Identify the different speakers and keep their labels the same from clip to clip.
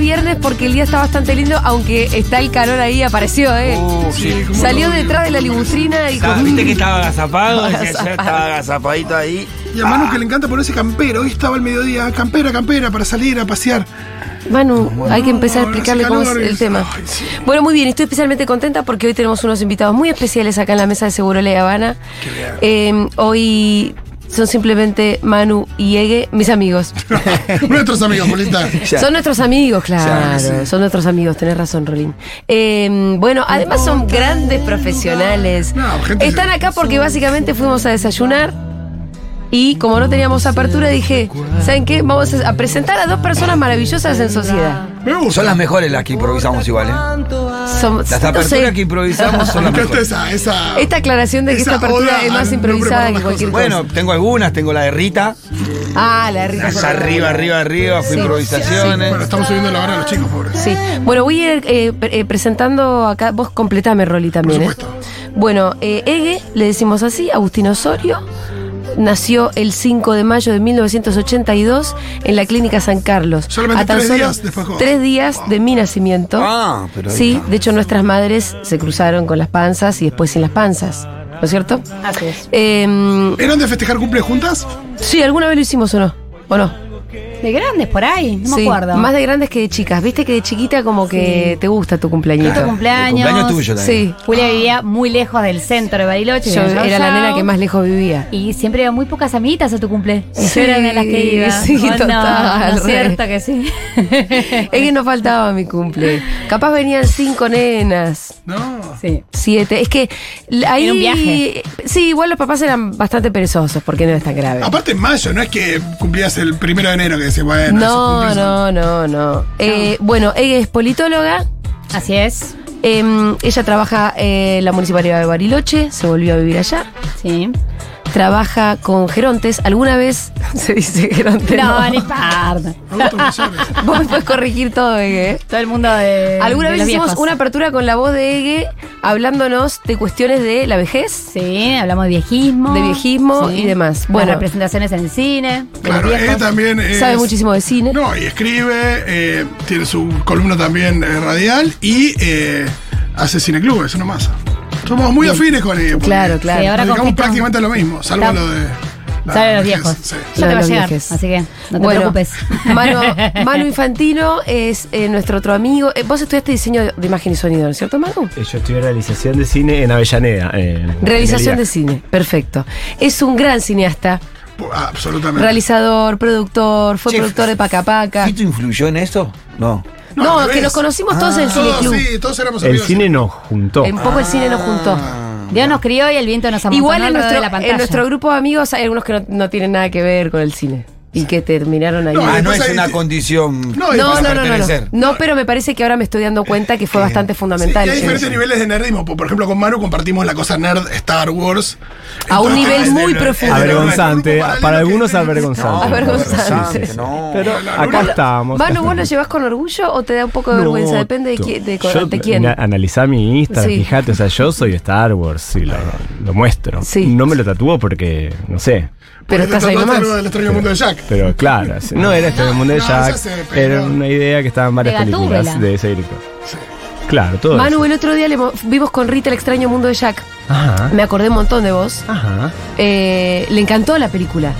Speaker 1: viernes porque el día está bastante lindo, aunque está el calor ahí, apareció, ¿eh?
Speaker 2: Oh.
Speaker 3: Uh, sí.
Speaker 1: Salió detrás de la limusina y
Speaker 3: Estaba-
Speaker 1: con-
Speaker 3: ¿Viste que estaba agazapado? Decía,
Speaker 1: Agazapado.
Speaker 3: "Ya Estaba agazapadito ahí.
Speaker 2: Y a Manu que le encanta ponerse campera. Hoy estaba al mediodía, campera, campera, para salir a pasear.
Speaker 1: Manu, hay que empezar a
Speaker 2: No,
Speaker 1: explicarle cómo es
Speaker 2: calor
Speaker 1: el
Speaker 2: es-
Speaker 1: tema.
Speaker 2: Ay, sí.
Speaker 1: Bueno, muy bien, estoy especialmente contenta porque hoy tenemos unos invitados muy especiales acá en la mesa de Seguro Le Habana. Eh, hoy son simplemente Manu y Ege, mis amigos.
Speaker 2: Nuestros amigos, Polita.
Speaker 3: Ya.
Speaker 1: Son nuestros amigos, claro.
Speaker 2: Ya, sí.
Speaker 1: Son nuestros amigos, tenés razón, Rolín. Eh, bueno, además son grandes profesionales.
Speaker 2: No, gente-
Speaker 1: Están acá porque básicamente fuimos a desayunar y como no teníamos apertura dije, ¿saben qué? Vamos a presentar a dos personas maravillosas en sociedad.
Speaker 2: Me gusta.
Speaker 4: Son las mejores las que improvisamos igual, ¿eh?
Speaker 1: Son-
Speaker 4: Las
Speaker 1: no
Speaker 4: aperturas
Speaker 1: sé.
Speaker 4: que improvisamos son
Speaker 2: Me
Speaker 4: las
Speaker 2: encanta
Speaker 4: mejores.
Speaker 2: esa, esa.
Speaker 1: Esta aclaración de que
Speaker 2: Esa
Speaker 1: esta apertura
Speaker 2: oda
Speaker 1: es
Speaker 2: a
Speaker 1: más
Speaker 2: no
Speaker 1: improvisada
Speaker 2: preparar
Speaker 1: que
Speaker 2: las
Speaker 1: cualquier cosa.
Speaker 4: Bueno, tengo algunas, tengo la de Rita.
Speaker 1: Ah, la rica.
Speaker 4: Allá arriba, arriba, arriba, fue
Speaker 1: Sí.
Speaker 4: improvisaciones.
Speaker 2: Bueno, estamos subiendo la vara a los chicos, pobres.
Speaker 1: Sí. Bueno, voy a ir eh, pre- eh, presentando acá. Vos completame, Rolly, también.
Speaker 2: Por
Speaker 1: ¿eh? Bueno, eh, Ege, le decimos así, Agustín Osorio. Nació el 5 de mayo de 1982 en la Clínica San Carlos.
Speaker 2: Solamente
Speaker 1: A tan
Speaker 2: tres
Speaker 1: solo
Speaker 2: días después de-
Speaker 1: Tres días de mi nacimiento.
Speaker 4: Ah, pero ahí
Speaker 1: Sí,
Speaker 4: está.
Speaker 1: de hecho nuestras madres se cruzaron con las panzas y después sin las panzas. ¿No es cierto?
Speaker 5: Así es.
Speaker 1: Em,
Speaker 2: ¿Eran de festejar cumple juntas?
Speaker 1: sí, ¿alguna vez lo hicimos o no? ¿O no?
Speaker 5: De grandes por ahí, no
Speaker 1: Sí,
Speaker 5: me acuerdo.
Speaker 1: Más de grandes que de chicas. Viste que de chiquita como que te gusta tu cumpleañito.
Speaker 5: Claro. cumpleaños.
Speaker 4: El cumpleaños tuyo
Speaker 1: Sí.
Speaker 4: también.
Speaker 5: Julia vivía muy lejos del centro de Bariloche.
Speaker 1: Yo
Speaker 5: de Yao
Speaker 1: era la
Speaker 5: Yao,
Speaker 1: nena que más lejos vivía.
Speaker 5: Y siempre iba muy pocas amiguitas a tu cumple. Y
Speaker 1: Sí,
Speaker 5: yo era una de las que iba.
Speaker 1: sí,
Speaker 5: ¿O no?
Speaker 1: total,
Speaker 5: ¿No
Speaker 1: re.
Speaker 5: es cierto que sí.
Speaker 1: Es que no faltaba mi cumple. Capaz venían cinco nenas,
Speaker 2: No.
Speaker 5: sí.
Speaker 1: siete. Es que l- ahí.
Speaker 5: Era un viaje.
Speaker 1: Sí, igual los papás eran bastante perezosos porque no era tan grave.
Speaker 2: Aparte en mayo, no es que cumplías el primero de enero que decías, bueno, esos
Speaker 1: No,
Speaker 2: cumples son-
Speaker 1: no, no, no. Eh, bueno, ella es politóloga.
Speaker 5: Así es.
Speaker 1: Em, ella trabaja eh, en la municipalidad de Bariloche, se volvió a vivir allá.
Speaker 5: Sí.
Speaker 1: Trabaja con gerontes. ¿Alguna vez se dice geronte?
Speaker 5: No, ni pardo.
Speaker 2: Me gustan los mayores.
Speaker 1: Vos me puedes corregir todo, eh. Ege.
Speaker 5: Todo el mundo de.
Speaker 1: Alguna
Speaker 5: Eh, de
Speaker 1: vez
Speaker 5: los
Speaker 1: hicimos
Speaker 5: viejos.
Speaker 1: una apertura con la voz de Ege hablándonos de cuestiones de la vejez.
Speaker 5: Sí, hablamos de viejismo.
Speaker 1: De viejismo y demás.
Speaker 5: Bueno,
Speaker 1: Bueno.
Speaker 5: representaciones en el cine. De
Speaker 2: Claro,
Speaker 5: los
Speaker 2: él
Speaker 5: viejos.
Speaker 2: también es-
Speaker 1: Sabe muchísimo de cine.
Speaker 2: No, y escribe, eh, tiene su columna también eh, radial y eh, hace cineclub, es una masa. Somos muy afines con ellos. porque
Speaker 1: Claro, claro.
Speaker 5: Sí, ahora
Speaker 2: nos dedicamos
Speaker 5: confieso-
Speaker 2: prácticamente a lo mismo, salvo
Speaker 5: Tam-
Speaker 2: lo de. la
Speaker 5: Sabe los
Speaker 2: vejez,
Speaker 5: viejos.
Speaker 2: sí.
Speaker 5: Ya
Speaker 1: Lo de
Speaker 5: te va a
Speaker 1: los
Speaker 5: llegar.
Speaker 1: viejos.
Speaker 5: Así que no te
Speaker 1: Bueno,
Speaker 5: preocupes.
Speaker 1: Manu, Manu Infantino es eh, nuestro otro amigo. Eh, vos estudiaste diseño de imagen y sonido, ¿no es cierto, Manu?
Speaker 6: Eh, Yo estudié realización de cine en Avellaneda. eh, en-
Speaker 1: Realización
Speaker 6: en
Speaker 1: de
Speaker 6: el
Speaker 1: cine, perfecto. Es un gran cineasta,
Speaker 2: Pu- ah, Absolutamente.
Speaker 1: realizador, productor, fue
Speaker 4: Che,
Speaker 1: productor de Paca Paca.
Speaker 4: ¿Fito influyó en esto? No.
Speaker 2: No,
Speaker 1: No,
Speaker 2: al
Speaker 1: que
Speaker 2: revés.
Speaker 1: nos conocimos todos en el
Speaker 2: Todos,
Speaker 1: cineclub.
Speaker 2: sí, todos éramos
Speaker 6: IAC. El
Speaker 2: amigos.
Speaker 6: cine nos juntó.
Speaker 1: Un poco el cine nos juntó.
Speaker 4: Ah.
Speaker 2: Ah.
Speaker 5: Dios nos crió y el viento nos amontonó
Speaker 1: Igual en
Speaker 5: al lado
Speaker 1: nuestro,
Speaker 5: de la pantalla.
Speaker 1: en nuestro grupo de amigos hay algunos que no, no tienen nada que ver con el cine y que terminaron ahí.
Speaker 2: No,
Speaker 4: Ah, no
Speaker 2: después
Speaker 4: es
Speaker 2: ahí
Speaker 4: una
Speaker 2: te-
Speaker 4: condición.
Speaker 2: No, y
Speaker 1: No,
Speaker 2: pasa-
Speaker 1: no, no, no, no.
Speaker 4: pertenecer.
Speaker 1: No, pero me parece que ahora me estoy dando cuenta que fue bastante
Speaker 2: Y
Speaker 1: fundamental.
Speaker 2: hay diferentes niveles de nerdismo. Por ejemplo, con Maru compartimos la cosa nerd Star Wars.
Speaker 1: A un
Speaker 2: Entonces,
Speaker 1: nivel
Speaker 2: es
Speaker 1: muy
Speaker 2: de-
Speaker 1: profundo.
Speaker 2: es de-
Speaker 6: Avergonzante,
Speaker 2: es de-
Speaker 6: para algunos
Speaker 2: que-
Speaker 4: Ah,
Speaker 6: avergonzante.
Speaker 1: Avergonzante.
Speaker 6: Sí, sí, sí.
Speaker 4: No.
Speaker 6: Pero acá estamos.
Speaker 1: Manu, ¿vos lo llevas con orgullo o te da un poco de
Speaker 6: No,
Speaker 1: vergüenza? Depende de, qui- de, co-
Speaker 6: yo-
Speaker 1: ante quién.
Speaker 6: mira, Analizá mi Instagram,
Speaker 1: Sí.
Speaker 6: fíjate, o sea, yo soy Star Wars y lo, lo muestro.
Speaker 1: Sí.
Speaker 6: No me lo tatúo porque, no sé,
Speaker 1: Pero estás ahí
Speaker 2: Tratando
Speaker 1: nomás.
Speaker 2: del extraño mundo de Jack.
Speaker 6: pero claro, así- no era este del mundo de
Speaker 2: no,
Speaker 6: Jack,
Speaker 2: ya sé, pero-
Speaker 6: era una idea que estaba en varias
Speaker 5: De Gatúbela.
Speaker 6: películas de ese director. Claro, todo
Speaker 1: Manu,
Speaker 6: eso.
Speaker 1: el otro día le mo- vimos con Rita el extraño mundo de Jack.
Speaker 6: Ajá,
Speaker 1: Me acordé un montón de vos.
Speaker 6: ajá.
Speaker 1: Eh, le encantó la película.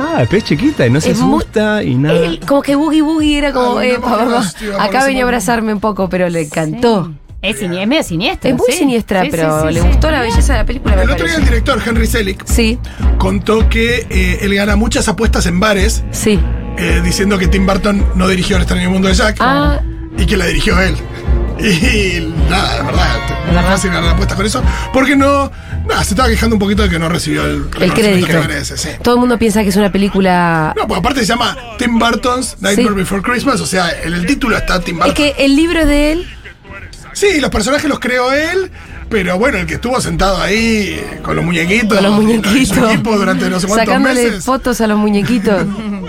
Speaker 6: Ah, pero es chiquita y no se
Speaker 1: Es muy-
Speaker 6: asusta y nada.
Speaker 1: Él, como que Boogie Boogie era como,
Speaker 2: Ah,
Speaker 1: eh,
Speaker 2: no,
Speaker 1: papá,
Speaker 2: no,
Speaker 1: papá,
Speaker 2: sí, iba por
Speaker 1: acá venía a
Speaker 2: ese momento.
Speaker 1: abrazarme un poco, pero le encantó.
Speaker 5: Sí. Es, sini- es medio siniestra.
Speaker 1: Es muy
Speaker 5: sí.
Speaker 1: siniestra,
Speaker 5: Sí,
Speaker 1: pero
Speaker 5: sí, sí,
Speaker 1: le
Speaker 5: sí.
Speaker 1: gustó la belleza de la película, me
Speaker 2: El otro día
Speaker 1: parece.
Speaker 2: el director Henry Selick
Speaker 1: Sí,
Speaker 2: contó que eh, él gana muchas apuestas en bares
Speaker 1: sí.
Speaker 2: eh, diciendo que Tim Burton no dirigió El extraño mundo de Jack
Speaker 1: Ah,
Speaker 2: y que la dirigió él. Y nada, de verdad, de verdad sin ganar apuestas con eso, porque no, nada, se estaba quejando un poquito de que no recibió el,
Speaker 1: crédito.
Speaker 2: reconocimiento que merece, sí.
Speaker 1: todo el mundo piensa que es una película.
Speaker 2: No, pues aparte se llama Tim Burton's Nightmare
Speaker 1: Sí.
Speaker 2: Before Christmas, o sea, en el título está Tim
Speaker 1: Es
Speaker 2: Burton.
Speaker 1: que el libro es de él.
Speaker 2: Sí, los personajes los creó él, pero bueno, el que emuñequitos estuvo sentado ahí eh, con los muñequitos,
Speaker 1: Con los
Speaker 2: y
Speaker 1: muñequitos.
Speaker 2: su equipo durante no sé cuántos
Speaker 1: Sacándole
Speaker 2: meses,
Speaker 1: fotos a los muñequitos. Em,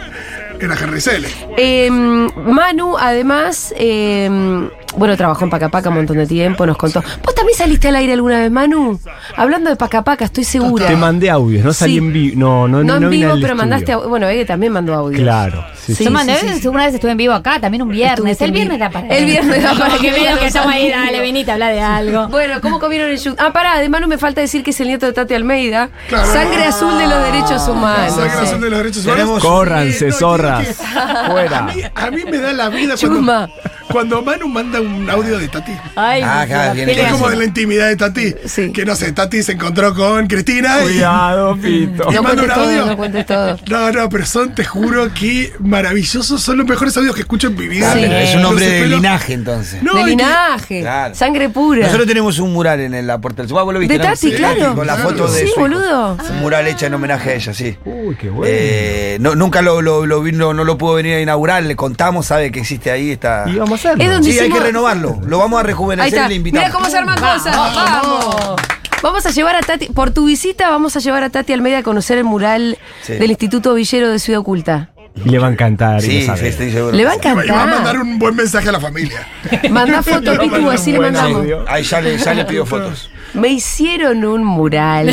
Speaker 2: era Henry Selick.
Speaker 1: Eh, Manu, además, eh, Bueno, trabajó en Pacapaca un montón de tiempo, nos contó. ¿Vos también saliste al aire alguna vez, Manu? Hablando de Pacapaca, estoy segura.
Speaker 6: Te mandé audios, no salí
Speaker 1: Sí.
Speaker 6: en vivo. No, no,
Speaker 1: No,
Speaker 6: no,
Speaker 1: en
Speaker 6: vine
Speaker 1: vivo,
Speaker 6: al
Speaker 1: pero
Speaker 6: estudio.
Speaker 1: mandaste. au- Bueno, Ege también mandó audio.
Speaker 6: Claro. Sí,
Speaker 1: Sí,
Speaker 6: sí.
Speaker 5: Yo mandé,
Speaker 1: sí, sí, sí.
Speaker 5: una vez estuve en vivo acá, también un viernes.
Speaker 1: Estuviste
Speaker 5: El
Speaker 1: en
Speaker 5: viernes
Speaker 1: vivo.
Speaker 5: da para.
Speaker 1: El viernes da para que
Speaker 5: que
Speaker 1: vean
Speaker 5: vean que estamos ahí, dale, venite, habla de algo.
Speaker 1: Bueno, ¿cómo comieron el yu- Ah, pará, de Manu me falta decir que es el nieto de Tati Almeida.
Speaker 2: Claro.
Speaker 1: Sangre azul de los derechos humanos.
Speaker 2: Sangre
Speaker 1: Sí.
Speaker 2: azul de los derechos humanos.
Speaker 6: Córranse,
Speaker 2: Eh, no,
Speaker 6: zorras.
Speaker 2: tiene que-
Speaker 6: Fuera.
Speaker 2: A mí, a mí me da la vida
Speaker 1: Chuma.
Speaker 2: cuando, cuando Manu manda un audio de Tati.
Speaker 5: Ay,
Speaker 4: Ah,
Speaker 5: mi
Speaker 4: acá viene
Speaker 5: piel
Speaker 2: Es
Speaker 4: Bien.
Speaker 2: como de la intimidad de Tati.
Speaker 1: Sí.
Speaker 2: Que no sé, Tati se encontró con Cristina. y-
Speaker 6: Cuidado, Pito.
Speaker 2: ¿Te
Speaker 1: No cuentes
Speaker 2: mando un
Speaker 1: todo,
Speaker 2: audio?
Speaker 1: no cuentes todo.
Speaker 2: No, no, pero son, te juro que maravillosos. Son los mejores audios que escucho en mi vida.
Speaker 1: Sí.
Speaker 4: Ah, Pero es un
Speaker 2: Los
Speaker 4: hombre de
Speaker 2: espero-
Speaker 4: linaje, entonces.
Speaker 2: No,
Speaker 1: de
Speaker 2: y que-
Speaker 1: linaje,
Speaker 4: Claro.
Speaker 1: sangre pura.
Speaker 4: Nosotros tenemos un mural en el- la puerta del Subá, vos lo viste.
Speaker 1: De
Speaker 4: ¿no?
Speaker 1: Tati, claro.
Speaker 4: Con la
Speaker 2: Claro.
Speaker 4: foto de.
Speaker 1: Sí,
Speaker 4: su hijo.
Speaker 1: boludo.
Speaker 4: Es Un mural hecho en homenaje a ella, sí.
Speaker 6: Uy, qué bueno.
Speaker 4: Eh, no, nunca lo, lo, lo vi, no, no lo pudo venir a inaugurar, le contamos, sabe que existe ahí, está...
Speaker 6: y vamos a hacerlo.
Speaker 1: Es donde-
Speaker 4: Sí, hay que
Speaker 1: hicimos-
Speaker 4: renovarlo, lo vamos a
Speaker 1: Ahí
Speaker 4: rejuvenecer y
Speaker 1: está.
Speaker 4: le
Speaker 1: Mira cómo
Speaker 4: invitamos.
Speaker 1: se arman cosas. Vamos. Vamos a llevar a Tati, por tu visita, vamos a llevar a Tati Almeida a conocer el mural
Speaker 4: Sí.
Speaker 1: del Instituto Villero de Ciudad Oculta.
Speaker 6: Y le va a encantar. y
Speaker 4: Sí,
Speaker 6: lo
Speaker 4: sí,
Speaker 6: sabe.
Speaker 4: estoy seguro.
Speaker 1: Le va a
Speaker 2: Y va a mandar
Speaker 1: encantar.
Speaker 2: un buen mensaje a la familia.
Speaker 1: Mandá foto a
Speaker 6: Le va a
Speaker 1: Pitu,
Speaker 6: mandar
Speaker 1: así
Speaker 6: un
Speaker 1: le
Speaker 6: buen
Speaker 1: mandamos.
Speaker 6: audio.
Speaker 4: Ahí ya le, ya le pido fotos.
Speaker 1: Me hicieron un mural.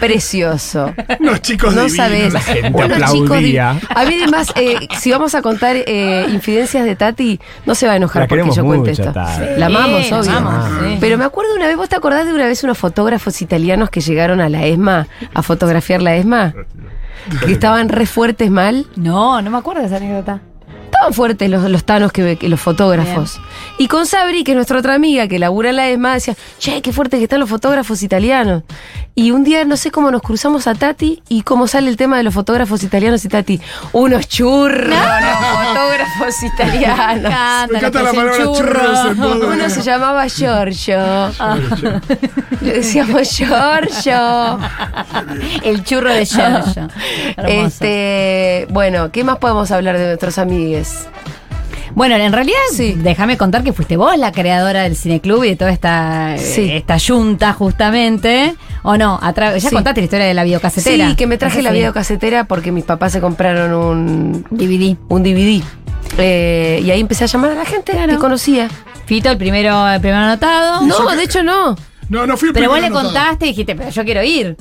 Speaker 1: Precioso.
Speaker 2: Unos chicos
Speaker 1: No
Speaker 2: divinos.
Speaker 1: sabes.
Speaker 6: la gente
Speaker 1: Unos chicos. di-
Speaker 6: aplaudía.
Speaker 1: A mí, además, eh, si vamos a contar eh, infidencias de Tati, no se va a enojar
Speaker 6: La
Speaker 1: porque
Speaker 6: queremos
Speaker 1: yo cuente
Speaker 6: mucho,
Speaker 1: esto.
Speaker 6: Tati. Ah.
Speaker 1: La
Speaker 5: Sí,
Speaker 1: amamos,
Speaker 5: la
Speaker 1: obvio.
Speaker 5: amamos, sí.
Speaker 1: Pero me acuerdo una vez, ¿vos te acordás de una vez unos fotógrafos italianos que llegaron a la ESMA a fotografiar la ESMA? Que estaban re fuertes mal.
Speaker 5: No, no me acuerdo de esa anécdota.
Speaker 1: Estaban fuertes los, los tanos que, que los fotógrafos. Y con Sabri, que es nuestra otra amiga que labura en la ESMA, decía, che, qué fuerte que están los fotógrafos italianos. Y un día no sé cómo nos cruzamos a Tati y cómo sale el tema de los fotógrafos italianos y Tati, unos churros, los fotógrafos italianos.
Speaker 2: Me encanta la
Speaker 5: que
Speaker 2: palabra
Speaker 5: hacen
Speaker 2: churros en todo.
Speaker 1: Uno se llamaba Giorgio. Le decíamos Giorgio.
Speaker 5: El churro de Giorgio. Hermoso.
Speaker 1: Este, bueno, ¿qué más podemos hablar de nuestros amigues?
Speaker 5: Bueno, en realidad, déjame contar que fuiste vos la creadora del cineclub y de toda esta, eh,
Speaker 1: Sí.
Speaker 5: esta yunta, justamente. O no, a tra- ya
Speaker 1: Sí.
Speaker 5: contaste la historia de la videocasetera.
Speaker 1: Sí, que me traje
Speaker 5: Eso
Speaker 1: la
Speaker 5: sí.
Speaker 1: videocasetera porque mis papás se compraron un,
Speaker 5: DVD.
Speaker 1: un DVD. Eh, y ahí empecé a llamar a la gente que conocía.
Speaker 5: Fito, el primero, el primero anotado.
Speaker 1: No, de hecho no.
Speaker 2: No, no fui el
Speaker 5: Pero vos le
Speaker 2: primero anotado.
Speaker 5: contaste y dijiste, pero yo quiero ir.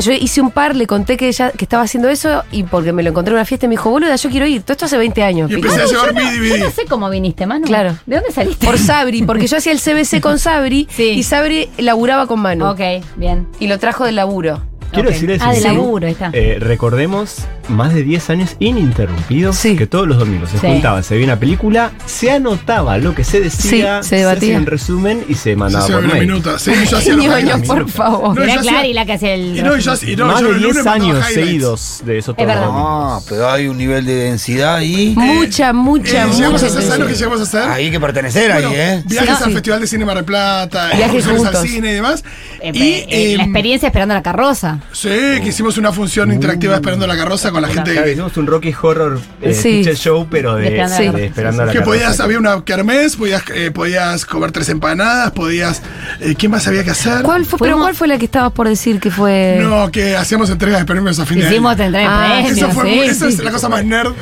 Speaker 1: Yo hice un par, le conté que ella que estaba haciendo eso y porque me lo encontré en una fiesta y me dijo, boluda, yo quiero ir. Todo esto hace 20 años.
Speaker 2: Y
Speaker 1: Pitu.
Speaker 2: empecé a
Speaker 5: Yo
Speaker 2: llevar mi
Speaker 5: no, yo no
Speaker 4: Ah,
Speaker 2: DVD.
Speaker 5: sé cómo viniste, Manu.
Speaker 1: Claro.
Speaker 5: ¿De dónde saliste?
Speaker 1: Por Sabri, porque yo hacía el CBC con Sabri
Speaker 5: Sí.
Speaker 1: y Sabri laburaba con Manu.
Speaker 5: Ok, bien.
Speaker 1: Y lo trajo del laburo.
Speaker 6: Quiero
Speaker 5: Ok.
Speaker 6: decir eso.
Speaker 5: Ah, de
Speaker 6: sí.
Speaker 5: laburo, ahí está.
Speaker 6: Eh, recordemos más de 10 años ininterrumpidos
Speaker 1: Sí.
Speaker 6: que todos los domingos se
Speaker 5: Sí.
Speaker 6: juntaban, se veía una película, se anotaba lo que se decía,
Speaker 1: Sí, se debatía.
Speaker 6: hacía un resumen y se
Speaker 2: Yo
Speaker 6: mandaba
Speaker 2: hacía
Speaker 6: por
Speaker 2: una
Speaker 6: mail.
Speaker 2: minuta. Sí, yo hacía los
Speaker 1: Ñoño,
Speaker 2: highlights.
Speaker 1: por favor.
Speaker 2: No, yo
Speaker 5: Era
Speaker 2: hacía-
Speaker 5: Clara y la que hacía el. eh,
Speaker 2: Y no, y yo, y no,
Speaker 6: más
Speaker 2: yo
Speaker 6: de
Speaker 2: el
Speaker 6: 10
Speaker 2: lunes mandaba
Speaker 6: años
Speaker 2: highlights.
Speaker 6: seguidos de esos todos
Speaker 5: verdad.
Speaker 6: los
Speaker 4: No,
Speaker 6: domingos.
Speaker 4: Ah, pero hay un nivel de densidad ahí.
Speaker 1: mucha,
Speaker 2: Eh,
Speaker 1: mucha,
Speaker 2: llegamos a
Speaker 1: mucha.
Speaker 2: hacer, ¿sabes lo que
Speaker 1: intensidad.
Speaker 2: llegamos a hacer?
Speaker 4: Ahí hay que pertenecer
Speaker 2: Bueno,
Speaker 4: ahí, ¿eh?
Speaker 2: Viajes
Speaker 1: Sí,
Speaker 2: al
Speaker 1: sí.
Speaker 2: Festival de Cine Mar del Plata,
Speaker 1: Viajes
Speaker 2: excursiones al
Speaker 1: juntos.
Speaker 2: cine y demás.
Speaker 5: Eh,
Speaker 2: y
Speaker 5: eh, eh, la
Speaker 2: em,
Speaker 5: experiencia esperando la carroza.
Speaker 2: sí, que hicimos una función
Speaker 6: Uh.
Speaker 2: interactiva esperando la carroza con la
Speaker 6: Claro,
Speaker 2: gente.
Speaker 6: hicimos un Rocky Horror eh,
Speaker 1: Sí.
Speaker 6: Picture Show, pero de,
Speaker 5: De Esperando a la
Speaker 6: sí.
Speaker 5: Carroza.
Speaker 6: de Esperando a la
Speaker 2: Que
Speaker 6: Carroza.
Speaker 2: podías, había una kermés, podías, eh, podías comer tres empanadas, podías. eh, ¿Quién más había que hacer?
Speaker 1: ¿Cuál fue, pero
Speaker 5: Fuimos-
Speaker 1: ¿Cuál fue la que estabas por decir que fue?
Speaker 2: No, que hacíamos entregas de premios a fin de
Speaker 5: Hicimos
Speaker 2: año.
Speaker 5: entrar en
Speaker 1: Ah,
Speaker 5: premios.
Speaker 2: Eso fue
Speaker 5: sí,
Speaker 2: muy- esa
Speaker 5: sí.
Speaker 2: es la cosa más nerd.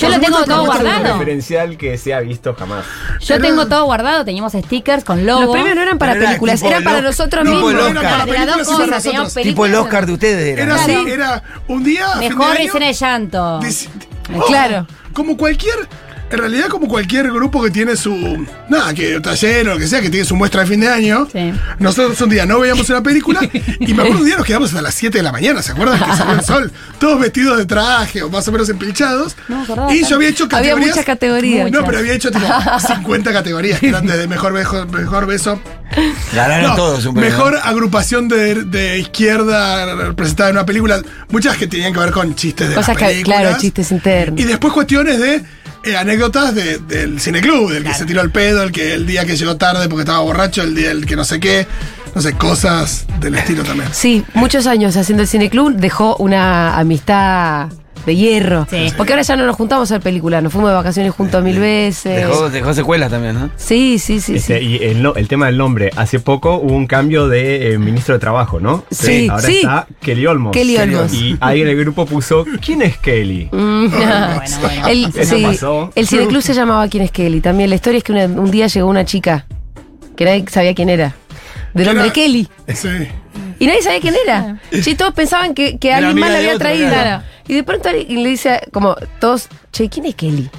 Speaker 5: Yo lo tengo todo
Speaker 6: Un
Speaker 5: guardado.
Speaker 6: referencial que se ha visto jamás.
Speaker 5: Yo tengo todo guardado. Teníamos stickers con
Speaker 1: Los
Speaker 5: logos.
Speaker 1: premios no eran para
Speaker 4: Pero era
Speaker 1: películas,
Speaker 4: tipo
Speaker 1: eran para
Speaker 4: loca-
Speaker 1: nosotros
Speaker 4: tipo
Speaker 1: mismos.
Speaker 4: loca.
Speaker 2: eran para
Speaker 5: Era de las
Speaker 2: películas
Speaker 5: dos
Speaker 2: y para
Speaker 5: cosas, teníamos
Speaker 2: nosotros.
Speaker 4: Tipo el
Speaker 5: películas.
Speaker 4: Oscar de ustedes. Era,
Speaker 2: Era así,
Speaker 5: Claro.
Speaker 2: era un día. a fin de
Speaker 5: Mejor
Speaker 2: año,
Speaker 5: escena de llanto.
Speaker 2: Deci-
Speaker 5: Eh,
Speaker 1: Claro.
Speaker 2: "Oh, Como cualquier. En realidad, como cualquier grupo que tiene su. Nada, que taller o lo que sea, que tiene su muestra de fin de año.
Speaker 5: Sí.
Speaker 2: Nosotros un día no veíamos una película y me acuerdo un día nos quedamos hasta las 7 de la mañana, ¿se acuerdan? Que salió el sol. Todos vestidos de traje o más o menos empilchados.
Speaker 5: No me acordaba
Speaker 2: y
Speaker 5: tanto.
Speaker 2: yo había hecho
Speaker 1: Había
Speaker 2: categorías.
Speaker 1: muchas categorías.
Speaker 2: No, pero había hecho tipo 50 categorías que eran desde mejor beso. Mejor beso
Speaker 4: Ganaron
Speaker 2: no,
Speaker 4: todos un premio.
Speaker 2: mejor agrupación de, de izquierda presentada en una película. Muchas que tenían que ver con chistes de
Speaker 1: Cosas
Speaker 2: las
Speaker 1: que,
Speaker 2: películas.
Speaker 1: claro, chistes
Speaker 2: Y
Speaker 1: internos.
Speaker 2: después cuestiones de eh, anécdotas de- del cineclub, del que se tiró el pedo, el que el día que llegó tarde porque estaba borracho, el día el que no sé qué, no sé, cosas del estilo también.
Speaker 1: Sí, muchos años haciendo el cineclub dejó una amistad de hierro.
Speaker 5: Sí.
Speaker 1: Porque ahora ya no nos juntamos a ver películas, nos fuimos de vacaciones juntos mil veces.
Speaker 3: Dejó, dejó secuelas también, ¿no?
Speaker 1: Sí, sí, sí.
Speaker 6: Este,
Speaker 1: sí.
Speaker 6: Y el, no- el tema del nombre. Hace poco hubo un cambio de eh, ministro de Trabajo, ¿no?
Speaker 1: Sí,
Speaker 6: Ahora
Speaker 1: sí.
Speaker 6: está Kelly Olmos.
Speaker 1: Kelly Olmos.
Speaker 6: Y alguien en el grupo puso, ¿quién es Kelly?
Speaker 1: Mm.
Speaker 5: Ah, Bueno, bueno.
Speaker 1: El,
Speaker 6: Eso
Speaker 1: sí,
Speaker 6: pasó.
Speaker 1: el cineclub se llamaba ¿Quién es Kelly? También la historia es que una- un día llegó una chica que nadie sabía quién era. De nombre
Speaker 2: Era-
Speaker 1: Kelly.
Speaker 2: Sí.
Speaker 1: Y nadie sabía quién era.
Speaker 5: Ah.
Speaker 1: Che, todos pensaban que, que
Speaker 3: Era
Speaker 1: alguien
Speaker 3: amiga
Speaker 1: más la
Speaker 3: de
Speaker 1: había
Speaker 3: otro,
Speaker 1: traído.
Speaker 3: claro.
Speaker 1: Y de pronto alguien le dice, a- como todos, che, ¿quién es Kelly?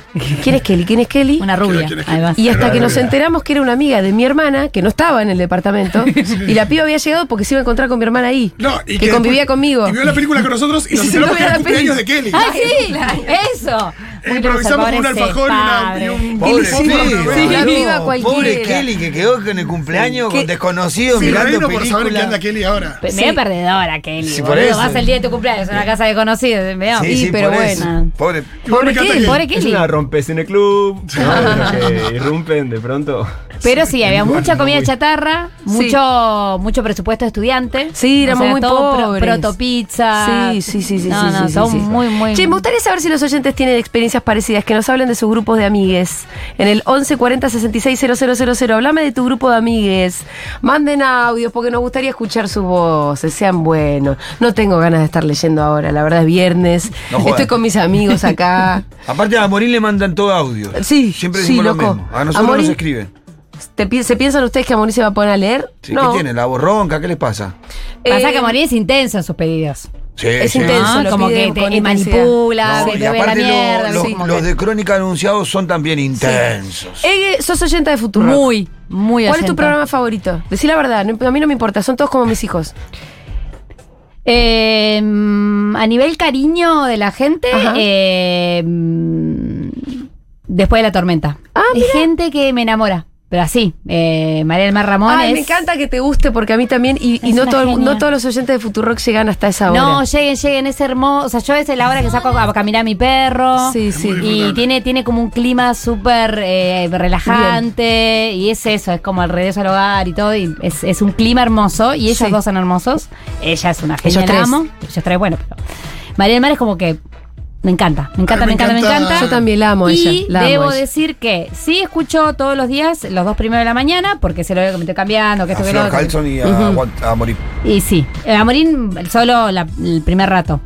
Speaker 1: ¿Quién es Kelly? ¿Quién es Kelly?
Speaker 5: Una rubia,
Speaker 2: ¿Quién es quién?
Speaker 5: además.
Speaker 1: Y hasta que nos enteramos que era una amiga de mi hermana, que no estaba en el departamento, y la piba había llegado porque se iba a encontrar con mi hermana ahí,
Speaker 2: No, y
Speaker 1: que,
Speaker 2: que
Speaker 1: convivía
Speaker 2: después-
Speaker 1: conmigo.
Speaker 2: Y vio la película con nosotros y
Speaker 1: Y
Speaker 2: nos
Speaker 1: se
Speaker 2: enteramos que
Speaker 1: sentó
Speaker 2: era
Speaker 1: a
Speaker 2: el
Speaker 1: ver la
Speaker 2: cumpleaños de Kelly.
Speaker 5: ¡Ah, sí! ¡Eso!
Speaker 2: Y improvisamos con un alfajor y, una, y un
Speaker 1: Pobre
Speaker 2: y un-
Speaker 1: Kelly,
Speaker 2: una-
Speaker 1: sí,
Speaker 2: una-
Speaker 1: la
Speaker 2: una-
Speaker 1: viva cualquiera.
Speaker 4: Pobre Kelly que quedó con el cumpleaños
Speaker 1: ¿Qué?
Speaker 4: con desconocidos
Speaker 2: Sí, me
Speaker 4: mirando
Speaker 2: alegro por saber que
Speaker 4: películas.
Speaker 2: anda Kelly ahora.
Speaker 5: Me
Speaker 1: Sí.
Speaker 5: Medio perdedora, Kelly.
Speaker 4: Sí,
Speaker 5: boludo.
Speaker 4: por eso.
Speaker 5: Vas el día de tu cumpleaños a una casa de conocidos. medio-
Speaker 4: Sí, sí,
Speaker 1: pero
Speaker 4: por
Speaker 1: bueno.
Speaker 4: eso. Pobre.
Speaker 2: Igual me encanta
Speaker 1: Kelly,
Speaker 2: que-
Speaker 5: Pobre
Speaker 6: Es
Speaker 5: Kelly.
Speaker 6: una rompecine-club, ¿no? De los que irrumpen de pronto.
Speaker 5: Pero sí, había mucha comida chatarra,
Speaker 1: Sí.
Speaker 5: mucho, mucho presupuesto de estudiante.
Speaker 1: Sí, éramos muy
Speaker 5: todo pro-
Speaker 1: pobres.
Speaker 5: protopizza.
Speaker 1: Sí, sí, sí, sí.
Speaker 5: No,
Speaker 1: sí,
Speaker 5: no,
Speaker 1: sí,
Speaker 5: todo
Speaker 1: sí, sí.
Speaker 5: muy, muy.
Speaker 1: Che, me gustaría saber si los oyentes tienen experiencias parecidas, que nos hablen de sus grupos de amigues. En el 11 40 66 000, hablame de tu grupo de amigues. Manden audios porque nos gustaría escuchar sus voces, sean buenos. No tengo ganas de estar leyendo ahora, la verdad es viernes.
Speaker 4: No jodas.
Speaker 1: Estoy con mis amigos acá.
Speaker 4: Aparte a Morín le mandan todo audio.
Speaker 1: Sí,
Speaker 4: Siempre
Speaker 1: sí,
Speaker 4: decimos lo
Speaker 1: loco.
Speaker 4: mismo. A nosotros
Speaker 1: A Morín-
Speaker 4: nos escriben.
Speaker 1: ¿Te pi- ¿Se piensan ustedes que Amorí se va a poner a leer?
Speaker 4: Sí, ¿Qué tiene? ¿La borronca? ¿Qué les pasa?
Speaker 5: Pasa
Speaker 1: Eh,
Speaker 5: que Morín es intenso en sus pedidos.
Speaker 4: Sí,
Speaker 1: Es
Speaker 4: sí.
Speaker 1: intenso.
Speaker 5: ¿no?
Speaker 1: lo
Speaker 5: Ah, Como
Speaker 1: pide
Speaker 5: que te
Speaker 1: con
Speaker 5: te
Speaker 1: intensidad.
Speaker 5: manipula,
Speaker 4: No,
Speaker 5: que
Speaker 4: y
Speaker 5: te ve la
Speaker 4: aparte lo-
Speaker 5: mierda.
Speaker 4: los-
Speaker 5: como
Speaker 4: los
Speaker 5: que-
Speaker 4: de Crónica Anunciados son también intensos.
Speaker 1: Ege, sos oyenta de Futuro.
Speaker 5: Muy,
Speaker 1: ¿Cuál
Speaker 5: muy
Speaker 1: es tu
Speaker 5: oyenta.
Speaker 1: programa favorito? Decí la verdad, no- a mí no me importa, son todos como mis hijos.
Speaker 5: Eh, mm, a nivel cariño de la gente,
Speaker 1: Ajá.
Speaker 5: eh, mm, después de la tormenta.
Speaker 1: Ah,
Speaker 5: Hay gente que me enamora, pero así. eh, María del Mar Ramón
Speaker 1: Ay,
Speaker 5: es-
Speaker 1: me encanta que te guste porque a mí también, y, y
Speaker 5: Es
Speaker 1: no,
Speaker 5: una
Speaker 1: todo, el-
Speaker 5: genia.
Speaker 1: no todos los oyentes de Futurock llegan hasta esa hora.
Speaker 5: No, lleguen, lleguen, es hermoso. O sea, yo es la hora que saco a caminar a mi perro.
Speaker 1: Sí, sí.
Speaker 2: muy
Speaker 5: Y
Speaker 2: disfrutable.
Speaker 5: tiene, tiene como un clima súper eh, relajante. Y es eso, es como el regreso al hogar y todo. Y es, es un clima hermoso. Y ellos
Speaker 1: Sí.
Speaker 5: dos son hermosos. Ella es una
Speaker 1: Ellos
Speaker 5: genia, la
Speaker 1: tres.
Speaker 5: amo. Ellos tres, bueno, pero. María del Mar es como que. Me encanta, me encanta, me
Speaker 2: Ay, Ah, me
Speaker 5: encanta, me
Speaker 2: encanta.
Speaker 5: encanta.
Speaker 1: Yo también la amo a
Speaker 5: y
Speaker 1: ella, la amo
Speaker 5: debo
Speaker 1: a ella.
Speaker 5: decir que sí escucho todos los días, los dos primeros de la mañana, porque se lo veo que me estoy cambiando,
Speaker 4: A
Speaker 5: que esto que lo
Speaker 4: Flor
Speaker 5: otro.
Speaker 4: Carlson y a, Juan- a Morín.
Speaker 5: Y sí, eh, a Morín solo la- el primer rato.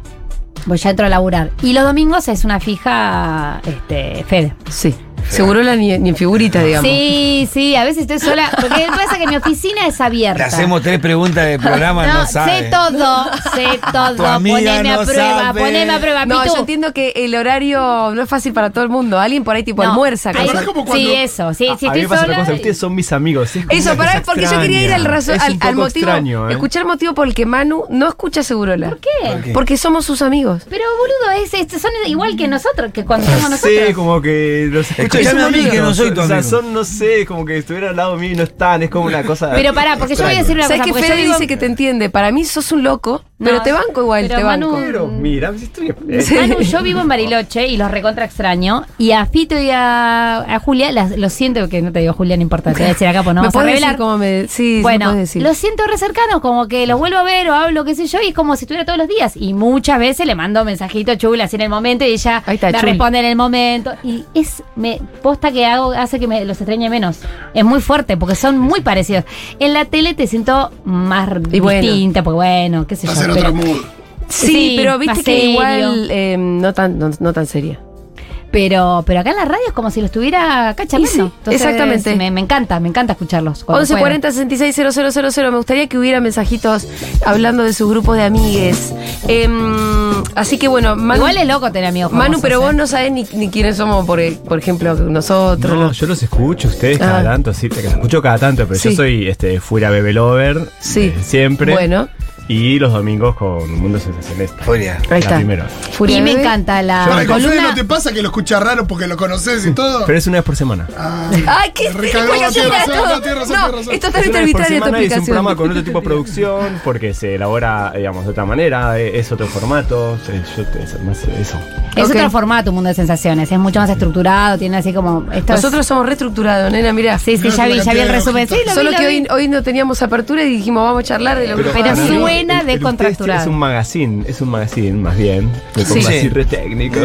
Speaker 5: Pues ya entro a laburar. Y los domingos es una fija este, Fede.
Speaker 1: Sí. Seguro la ni, ni en figurita, digamos.
Speaker 5: Sí, sí, a veces estoy sola. Porque pasa que mi oficina es
Speaker 4: Le
Speaker 5: abierta.
Speaker 4: hacemos tres preguntas del programa, no, sabe.
Speaker 5: sé todo, sé
Speaker 4: Tu
Speaker 5: todo.
Speaker 4: amiga
Speaker 5: Poneme a
Speaker 4: no
Speaker 5: prueba,
Speaker 4: sabe.
Speaker 5: poneme a prueba.
Speaker 1: No,
Speaker 5: Pitu.
Speaker 1: yo entiendo que el horario no es fácil para todo el mundo. Alguien por ahí tipo
Speaker 5: No,
Speaker 1: almuerza.
Speaker 5: ahí-
Speaker 1: cosas.
Speaker 2: Pará como
Speaker 5: Sí,
Speaker 2: cuando-
Speaker 5: eso. Sí, sí,
Speaker 6: a mí
Speaker 5: estoy
Speaker 6: me pasa una
Speaker 5: sola.
Speaker 6: cosa, ustedes son mis amigos. es como
Speaker 1: Eso,
Speaker 6: una
Speaker 1: pará,
Speaker 6: cosa
Speaker 1: porque yo quería ir al,
Speaker 6: extraña.
Speaker 1: razo-
Speaker 6: Es un
Speaker 1: al, al
Speaker 6: poco
Speaker 1: motivo.
Speaker 6: extraño, ¿eh?
Speaker 1: Escuchar el motivo por el que Manu no escucha Segurola. ¿Por
Speaker 5: ¿Qué?
Speaker 4: qué?
Speaker 1: Porque somos sus amigos.
Speaker 5: Pero boludo, es, es- son igual que nosotros, que cuando somos nosotros.
Speaker 6: Sí, como que los escucho
Speaker 4: Escuchame
Speaker 6: son
Speaker 4: a mí, que
Speaker 6: amigos.
Speaker 4: no soy tu
Speaker 6: O sea,
Speaker 4: amigo.
Speaker 6: son, no sé, como que estuvieran al lado mío y no están. Es como una cosa.
Speaker 5: Pero pará, porque yo voy a decir una
Speaker 1: ¿Sabes
Speaker 5: cosa.
Speaker 1: que
Speaker 5: porque
Speaker 1: Fede
Speaker 5: yo digo-
Speaker 1: dice que te entiende? Para mí sos un loco,
Speaker 5: No,
Speaker 1: pero te banco igual,
Speaker 5: pero
Speaker 1: te banco.
Speaker 5: Manu-
Speaker 6: Pero, mira, si estoy. eh,
Speaker 1: Sí.
Speaker 5: Manu, yo vivo en Bariloche y los recontra extraño. Y a Fito y a, a Julia, las- lo siento que no te digo Julia, no importa, te voy a decir acá, pues no
Speaker 1: ¿Me
Speaker 5: vamos a
Speaker 1: puedes
Speaker 5: revelar.
Speaker 1: decir cómo me.? Sí, sí, me
Speaker 5: bueno,
Speaker 1: podés decir.
Speaker 5: los siento re cercanos, como que los vuelvo a ver o hablo, qué sé yo, y es como si estuviera todos los días. Y muchas veces le mando mensajitos chulas así en el momento y ella
Speaker 1: Ahí está,
Speaker 5: me
Speaker 1: chul.
Speaker 5: responde en el momento. Y es me posta que hago, hace que me los extrañe menos. Es muy fuerte, porque son muy parecidos. En la tele te siento más
Speaker 1: Y bueno.
Speaker 5: distinta, porque bueno, qué sé
Speaker 2: Va a
Speaker 5: yo.
Speaker 2: ser
Speaker 5: pero-
Speaker 2: otro mood.
Speaker 1: Sí,
Speaker 5: Sí,
Speaker 1: pero viste
Speaker 5: más
Speaker 1: que
Speaker 5: serio.
Speaker 1: igual eh, no, tan, no, no tan seria.
Speaker 5: Pero, pero acá en la radio es como si lo estuviera acá charlando.
Speaker 1: Y sí, exactamente.
Speaker 5: Me, me encanta, me encanta escucharlos. cuando
Speaker 1: 1140 66 000. Me gustaría que hubiera mensajitos hablando de sus grupos de amigues. Em, así que bueno,
Speaker 5: puedo.
Speaker 1: Manu,
Speaker 5: Igual es loco tener amigos
Speaker 1: Manu
Speaker 5: famosos,
Speaker 1: pero
Speaker 5: ¿eh?
Speaker 1: vos no sabés ni, ni quiénes somos, por, por ejemplo, nosotros.
Speaker 6: No,
Speaker 1: los-
Speaker 6: yo los escucho a ustedes
Speaker 1: Ah.
Speaker 6: cada tanto, sí, te- los escucho cada tanto, pero
Speaker 1: Sí.
Speaker 6: yo soy este fuera bebé lover
Speaker 1: Sí.
Speaker 6: eh, siempre.
Speaker 1: Bueno.
Speaker 6: Y los domingos con Mundo Sensacionalista.
Speaker 4: Furia.
Speaker 1: Ahí
Speaker 6: la
Speaker 1: está.
Speaker 6: primera.
Speaker 1: Furia
Speaker 5: y me
Speaker 1: Bebé.
Speaker 5: encanta la
Speaker 2: Para con Fede
Speaker 5: columna.
Speaker 2: no te pasa que lo escuchas raro porque lo conoces y todo. Ah.
Speaker 6: Pero es una vez por semana.
Speaker 2: Ay,
Speaker 1: Ay, qué
Speaker 2: recagó,
Speaker 1: bueno,
Speaker 2: tiene
Speaker 1: mira
Speaker 2: razón,
Speaker 1: todo.
Speaker 2: no, tiene razón,
Speaker 1: No,
Speaker 2: tiene razón.
Speaker 1: es
Speaker 6: Es
Speaker 1: totalmente
Speaker 6: una vez por
Speaker 1: arbitraria tu
Speaker 6: semana y es un programa
Speaker 1: explicación.
Speaker 6: con otro tipo de producción porque se elabora, digamos, de otra manera, eh, es otro formato. eh, Yo te- es más eso.
Speaker 5: Es
Speaker 1: Ok.
Speaker 5: otro formato, un mundo de sensaciones. Es mucho más estructurado, tiene así como. esto es-
Speaker 1: Nosotros somos reestructurados, nena, mirá.
Speaker 5: Sí, sí, ya vi, ya vi el resumen. Sí, lo vi,
Speaker 1: Solo
Speaker 5: lo
Speaker 1: que
Speaker 5: vi.
Speaker 1: hoy, hoy no teníamos apertura y dijimos, vamos a charlar de la
Speaker 6: Pero
Speaker 1: grupo
Speaker 5: Pero
Speaker 1: de
Speaker 6: para mí-
Speaker 1: amigos.
Speaker 5: sube Llena de
Speaker 6: Ah, el- el
Speaker 5: contracturado.
Speaker 6: test Es un magazine, es un magazine más bien. Me
Speaker 1: Sí.
Speaker 6: pongo así
Speaker 4: Sí. Eh,
Speaker 6: re técnico.